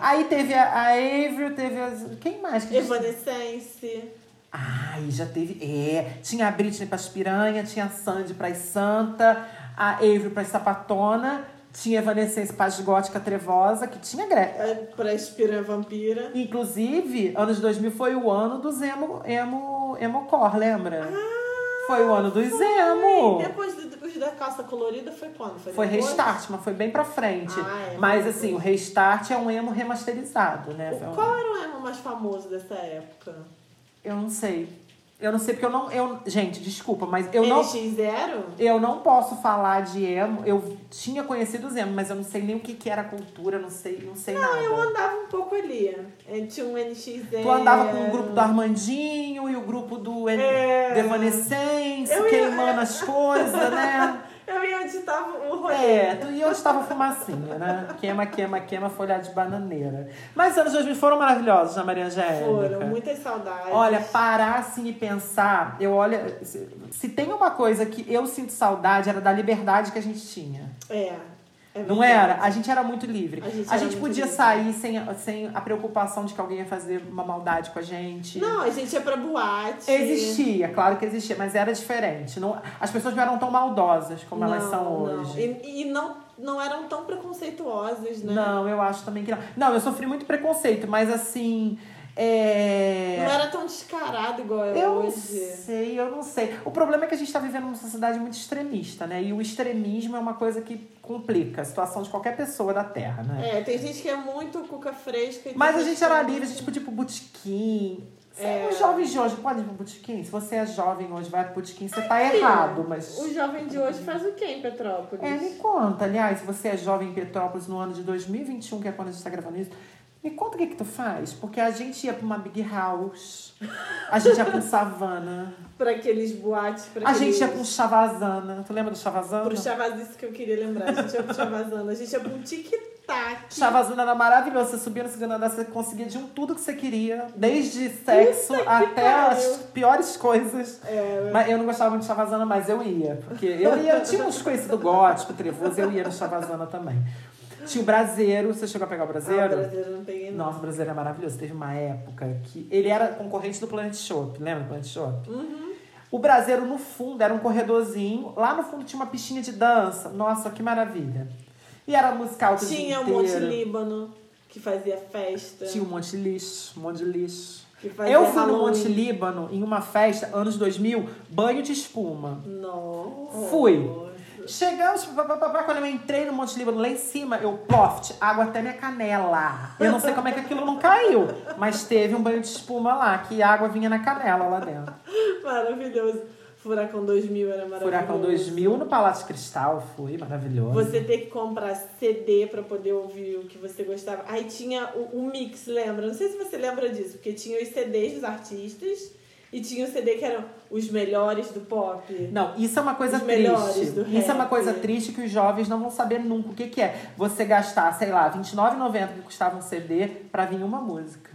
A: Aí teve a, a Avril, teve as. Quem mais? Que a gente-
B: Evanescence.
A: Ai, já teve. É, tinha a Britney pras piranha, tinha a Sandy pras santa, a Avery pras sapatona, tinha a Evanescence pras gótica trevosa, que tinha greve.
B: É, pra espirar vampira.
A: Inclusive, anos 2000 foi o ano dos emo, emo, emo core, lembra?
B: Ah,
A: foi o ano dos emo.
B: Ai, Depois, do- depois da calça colorida foi quando?
A: Foi
B: depois?
A: restart, mas foi bem pra frente.
B: Ah, é,
A: mas
B: foi
A: assim,
B: depois.
A: o restart é um emo remasterizado, né? Foi um-
B: O- Qual era o emo mais famoso dessa época?
A: Eu não sei. Eu não sei porque eu não. Eu, gente, desculpa, mas eu não.
B: NX0?
A: Eu não posso falar de emo. Eu tinha conhecido os emo, mas eu não sei nem o que, que era a cultura, não sei, não sei nada.
B: Eu andava um pouco ali. É, Tinha um NX0.
A: Tu andava com o grupo do Armandinho e o grupo do N...
B: É.
A: Devanescence,
B: Eu ia-
A: queimando as coisas, né?
B: Eu ia onde tava o rolê.
A: É, tu- e onde estava a fumacinha, né? Queima, queima, queima, folha de bananeira. Mas os anos 2000 foram maravilhosos, né, Maria Angélica?
B: Foram muitas saudades.
A: Olha, parar assim e pensar, eu olha, se, se tem uma coisa que eu sinto saudade era da liberdade que a gente tinha.
B: É. é
A: Não
B: verdade.
A: era? A gente era muito livre.
B: A
A: A
B: gente
A: gente,
B: era muito
A: podia
B: livre.
A: sair sem, sem a preocupação de que alguém ia fazer uma maldade com a gente.
B: Não, a gente ia pra boate.
A: Existia, claro que existia, mas era diferente. Não, as pessoas não eram tão maldosas como elas
B: Não,
A: são
B: não.
A: hoje.
B: E, e não, não eram tão preconceituosas, né?
A: Não, eu acho também que não. Não, eu sofri muito preconceito, mas assim. É...
B: Não era tão descarado igual é
A: Eu não
B: hoje.
A: sei, eu não sei. O problema é que a gente está vivendo uma sociedade muito extremista, né? E o extremismo é uma coisa que complica a situação de qualquer pessoa da Terra, né?
B: É, tem gente que é muito cuca fresca. e
A: Mas
B: tem
A: a gente
B: que-
A: era livre, tipo, a gente podia ir pro botequim.
B: É.
A: Os jovens um de hoje podem ir pro botequim? Se você é jovem hoje, vai pro botequim, você tá errado, mas...
B: O jovem de hoje faz o quê em Petrópolis?
A: É, me conta, aliás, se você é jovem em Petrópolis no ano de 2021, que é quando a gente tá gravando isso, me conta o que que tu faz, porque a gente ia pra uma big house, a gente ia pra um savana,
B: Pra aqueles boates, pra
A: a
B: aqueles...
A: gente ia pra um chavazana. Tu lembra do chavazana?
B: Pro Chavaz, isso que eu queria lembrar. A gente ia pro Chavazana. A gente ia pro tic-tac.
A: Chavazana era maravilhoso, você subia no segundo andar, você conseguia de um tudo que você queria, desde sexo até
B: pariu. É,
A: as piores coisas. Mas eu não gostava muito de Chavazana, mas eu ia, porque eu ia, eu tinha uns conhecidos gótico, trevoso, eu ia no Chavazana também. Tinha o Braseiro, você chegou a pegar o
B: Ah, o
A: Braseiro?
B: brasileiro não peguei não.
A: Nossa, o brasileiro é maravilhoso. Teve uma época que ele era concorrente do Planet Shop, lembra do Planet Shop?
B: Uhum.
A: O brasileiro no fundo era um corredorzinho, lá no fundo tinha uma piscina de dança. Nossa, que maravilha. E era musical do
B: Tinha
A: dia
B: o Monte
A: inteiro.
B: Líbano, que fazia festa.
A: Tinha um monte de lixo, um monte de lixo.
B: que fazia
A: Eu fui no
B: Halloween.
A: Monte Líbano em uma festa, anos 2000, banho de espuma.
B: Nossa.
A: Fui. Chegamos, pá, pá, pá, pá, quando eu entrei no Monte Líbano, lá em cima, eu ploft, água até minha canela. Eu não sei como é que aquilo não caiu, mas teve um banho de espuma lá, que a água vinha na canela lá dentro.
B: Maravilhoso. Furacão 2000 era maravilhoso.
A: Furacão 2000 no Palácio Cristal, foi maravilhoso.
B: Você ter que comprar CD pra poder ouvir o que você gostava. Aí tinha o, o mix, lembra? Não sei se você lembra disso, porque tinha os CDs dos artistas e tinha o CD que eram os melhores do pop.
A: Não, isso é uma coisa
B: Os melhores
A: triste.
B: do
A: Isso é uma
B: rap.
A: coisa triste que os jovens não vão saber nunca o que, que é. Você gastar, sei lá, R$29,90 que custava um CD pra vir uma música.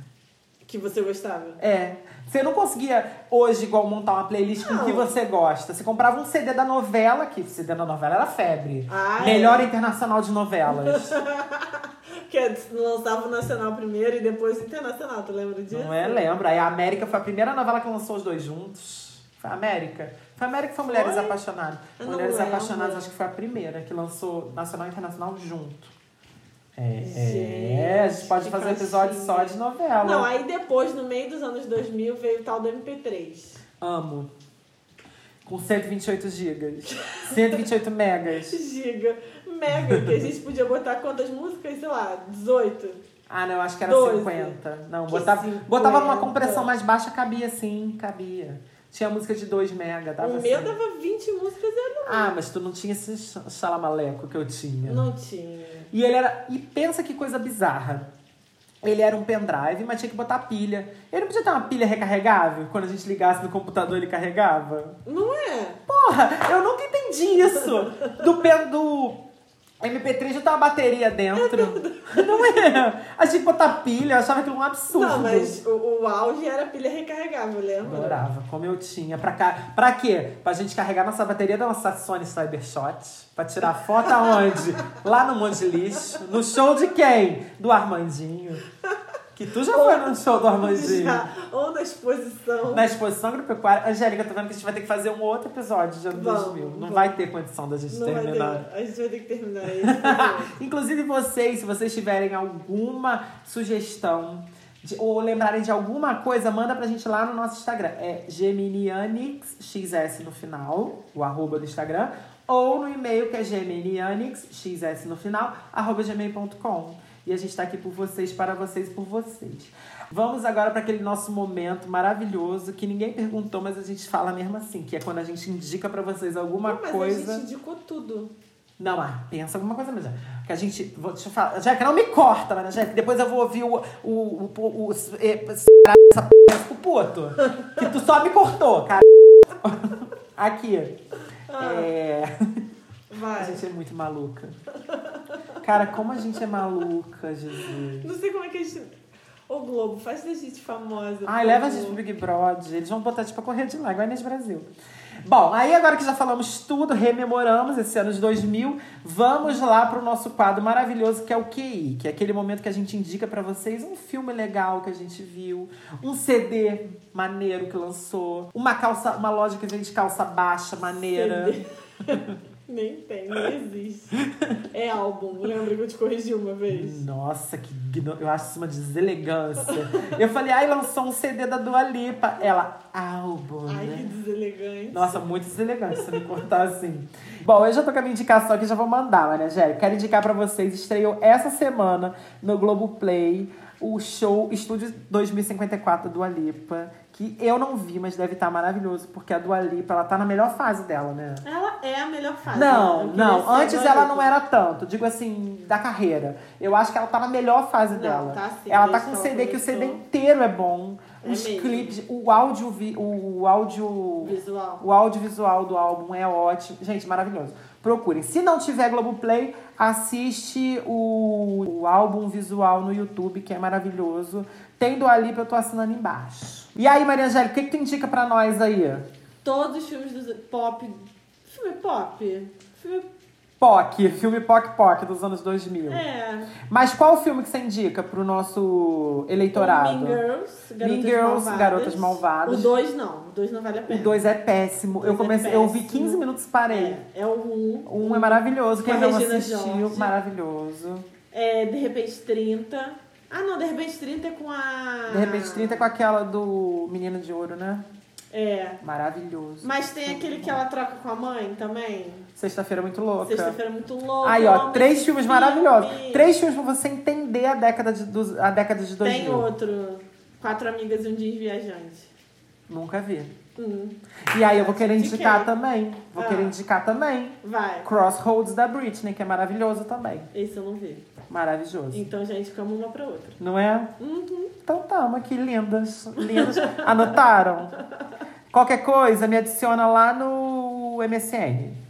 B: Que você gostava.
A: É. Você não conseguia hoje, igual, montar uma playlist com
B: Não.
A: o que você gosta. Você comprava um CD da novela, que o CD da novela era febre.
B: Ah, é.
A: Melhor internacional de novelas.
B: Que é, lançava o nacional primeiro e depois o internacional, tu lembra disso?
A: não é? Lembra? Aí a América foi a primeira novela que lançou os dois juntos. Foi a América. Foi a América que foi Mulheres
B: Foi?
A: Apaixonadas.
B: Eu não
A: Mulheres
B: lembro.
A: Apaixonadas, acho que foi a primeira que lançou nacional e internacional junto. É,
B: Gente,
A: é, a gente pode
B: que
A: fazer um
B: caixinha.
A: episódio só de novela.
B: Não, é- aí depois, no meio dos anos 2000, veio o tal do MP3.
A: Amo. Com 128 gigas. 128 megas.
B: Giga, mega, que a gente podia botar quantas músicas? Sei lá, 18.
A: Ah, não, acho que era
B: Doze.
A: 50. Não,
B: Que
A: botava,
B: 50?
A: botava numa compressão mais baixa, cabia sim, cabia. Tinha música de 2 mega, dava
B: o
A: assim.
B: meu dava 20 músicas e eu
A: Ah, mas tu não tinha esse ch- chalamaleco que eu tinha.
B: não tinha.
A: E ele era. E pensa que coisa bizarra. Ele era um pendrive, mas tinha que botar pilha. Ele não podia ter uma pilha recarregável? Quando a gente ligasse no computador, ele carregava?
B: Não é?
A: Porra, eu nunca entendi isso. Do, pen- do MP3 já tá uma bateria dentro. Não é? A gente botar pilha, eu achava aquilo um absurdo.
B: Não, mas o, o auge era a pilha recarregável, lembra?
A: Adorava, como eu tinha. Pra, cá. pra quê? Pra gente carregar nossa bateria da nossa Sony Cybershot. Pra tirar foto aonde? Lá no Monte Lixo. No show de quem? Do Armandinho. Que tu já foi no show do Armandinho.
B: Já, ou na exposição.
A: Na exposição agropecuária. Angélica, eu tô vendo que a gente vai ter que fazer um outro episódio de ano
B: Vamos,
A: 2000. Não
B: vamos.
A: vai ter condição da gente
B: Não vai ter,
A: terminar.
B: a gente vai ter que terminar isso.
A: Inclusive vocês, se vocês tiverem alguma sugestão de- ou lembrarem de alguma coisa, manda pra gente lá no nosso Instagram. É geminianixxs no final, o arroba do Instagram. Ou no e-mail que é geminianixxs no final, arroba gmail.com. E a gente tá aqui por vocês, para vocês, por vocês. Vamos agora para aquele nosso momento maravilhoso que ninguém perguntou, mas a gente fala mesmo assim, que é quando a gente indica pra vocês alguma
B: Mas
A: coisa.
B: a gente indicou tudo.
A: Não, ah, pensa alguma coisa, Angélica. Que a gente. Vou, deixa eu falar. Angélica, não me corta, mas Angélica, depois eu vou ouvir o. O. O. O. O. eh, essa p- o puto. Que tu só me cortou, cara. Aqui. É. A
B: Vai.
A: gente é muito maluca. Cara, como a gente é maluca, Jesus.
B: Não sei como é que a gente. Ô Globo, faz da gente famosa.
A: Ai,
B: por
A: Ah, leva a
B: favor.
A: gente pro Big Brother. Eles vão botar, tipo, a correr de lá, igual a Inês Brasil. Bom, aí agora que já falamos tudo, rememoramos esse ano de 2000, vamos lá pro nosso quadro maravilhoso que é o QI, que é aquele momento que a gente indica pra vocês um filme legal que a gente viu, um CD maneiro que lançou, uma calça, uma loja que vende calça baixa, maneira.
B: Nem tem, nem existe. É álbum. Lembra que eu te corrigi uma vez?
A: Nossa, que igno- eu acho isso uma deselegância. eu falei, ai, lançou um CD da Dua Lipa. Ela, álbum,
B: Ai,
A: né?
B: que deselegante.
A: Nossa, muito deselegante você me cortar assim. Bom, eu já tô com a minha indicação aqui, já vou mandar, Maria Angélica. Quero indicar pra vocês, estreou essa semana no Globoplay o show Estúdio 2054 da Dua Lipa, que eu não vi, mas deve estar maravilhoso, porque a Dua Lipa, ela tá na melhor fase dela, né?
B: Ela é a melhor fase.
A: Não,
B: Eu queria ser
A: não. Antes
B: igual a
A: ela
B: Lipa.
A: não era tanto, digo assim, da carreira. Eu acho que ela tá na melhor fase
B: Não,
A: dela.
B: tá sim,
A: ela tá
B: desde
A: com um
B: que ela
A: CD que o CD
B: começou.
A: inteiro é bom.
B: É
A: Os
B: mesmo.
A: clipes, o áudio, vi- o, o áudio
B: Visual.
A: o audiovisual do álbum é ótimo. Gente, maravilhoso. Procurem. Se não tiver Globoplay, assiste o, o álbum visual no YouTube, que é maravilhoso. Tem do Alipa, eu tô assinando embaixo. E aí, Maria Angélica, o que, que tu indica pra nós aí?
B: Todos os filmes dos pop. Filme pop? Filme.
A: POC, filme POC POC dos anos 2000.
B: É.
A: Mas qual o filme que você indica pro nosso eleitorado?
B: Mean Girls, Garotas
A: Mean Girls,
B: Malvadas.
A: Garotas Malvadas.
B: O 2 não. O 2 não vale a
A: O
B: pena.
A: 2 é péssimo. eu
B: Dois é
A: comecei, eu vi
B: péssimo.
A: 15 minutos e parei.
B: É, é o 1.
A: Um é maravilhoso, quem
B: Com a
A: não
B: Regina
A: assistiu,
B: George.
A: maravilhoso.
B: É, de repente 30. Ah, não, de repente 30 é com a.
A: De repente 30 é com aquela do Menino de Ouro, né?
B: É.
A: Maravilhoso.
B: Mas tem aquele que é ela troca com a mãe também.
A: Sexta-feira é muito louca.
B: Sexta-feira é muito louca.
A: Aí,
B: eu
A: ó,
B: amo
A: três
B: esse
A: filmes
B: filme.
A: maravilhosos. Três filmes pra você entender a década de, dos, a década de 2000.
B: Tem outro. Quatro amigas e um desviajante.
A: Nunca vi.
B: Hum,
A: E aí eu vou querer
B: De
A: indicar
B: quem?
A: também. Vou
B: Ah.
A: querer indicar também.
B: vai.
A: Crossroads da Britney, que é maravilhoso também.
B: Esse eu não vi.
A: Maravilhoso.
B: Então já indicamos uma pra outra.
A: Não é?
B: Uhum.
A: Então tamo aqui, lindas. Lindas. Anotaram? Qualquer coisa, me adiciona lá no MSN.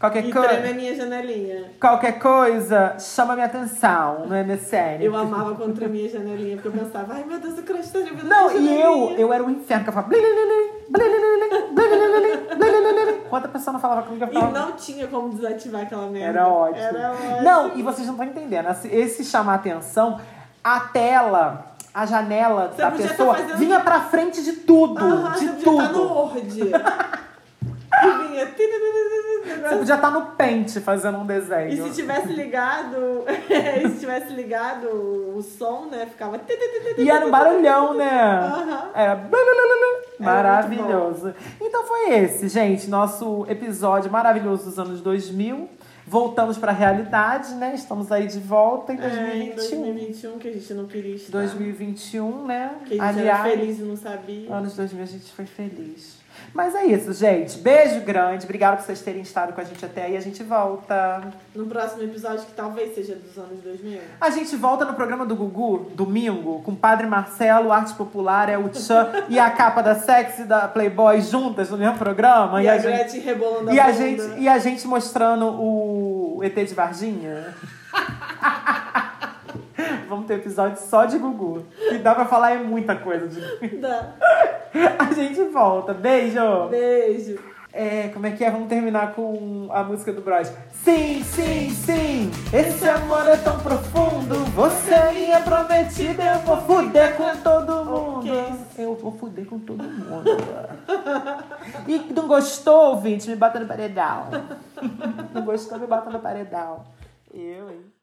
A: Qualquer
B: E treme
A: coisa.
B: a minha janelinha.
A: Qualquer coisa chama minha atenção no MSN.
B: Eu amava quando tremia a janelinha, porque eu pensava, ai meu Deus, o crush tá jogando
A: Não,
B: minha
A: e eu,
B: janelinha."
A: eu era o inferno, que eu falava. blililili, blililili, blililili, blililili. Enquanto a pessoa não falava comigo, eu
B: E
A: falava.
B: não tinha como desativar aquela merda.
A: Era ótimo.
B: Era ótimo.
A: Não, e vocês não estão entendendo. assim, Esse chamar atenção, a tela, a janela
B: Você
A: da
B: podia tá
A: pessoa
B: fazendo-
A: vinha pra frente de tudo.
B: Aham,
A: de
B: você podia
A: tudo.
B: estar no Word. E vinha, "Tididididididid",
A: Você podia estar no pente fazendo um desenho.
B: E se tivesse ligado, e se tivesse ligado o som, né? Ficava.
A: E era um barulhão, né?
B: Aham.
A: Era blulululu.
B: Era
A: maravilhoso. Então foi esse, gente, nosso episódio maravilhoso dos anos 2000. Voltamos pra realidade, né? Estamos aí de volta em
B: É, em
A: 2021.
B: 2021, que a gente não queria estar.
A: 2021, né?
B: um, Que a gente era feliz e não sabia.
A: Anos 2000 a gente foi feliz. Mas é isso, gente. Beijo grande. Obrigada por vocês terem estado com a gente até aí. A gente volta.
B: No próximo episódio, que talvez seja dos anos 2000.
A: A gente volta no programa do Gugu, domingo, com o Padre Marcelo, Arte Popular, é o Tchan e a capa da Sexy da Playboy juntas no mesmo programa.
B: e,
A: E a
B: a
A: gente,
B: Gretchen rebolando
A: e
B: a
A: a
B: bunda.
A: gente, e a gente mostrando o ET de Varginha. Vamos ter episódio só de Gugu. E dá pra falar é muita coisa. de-
B: Dá.
A: A gente volta. Beijo!
B: Beijo.
A: É, como é que é? Vamos terminar com a música do Bros. Sim, sim, sim, esse amor é tão profundo. Você é minha prometida, eu vou fuder com todo
B: O que
A: mundo.
B: é isso?
A: Eu vou fuder com todo mundo. e não gostou, ouvinte? Me bota no paredão. não gostou, me bota no paredão. Eu, hein?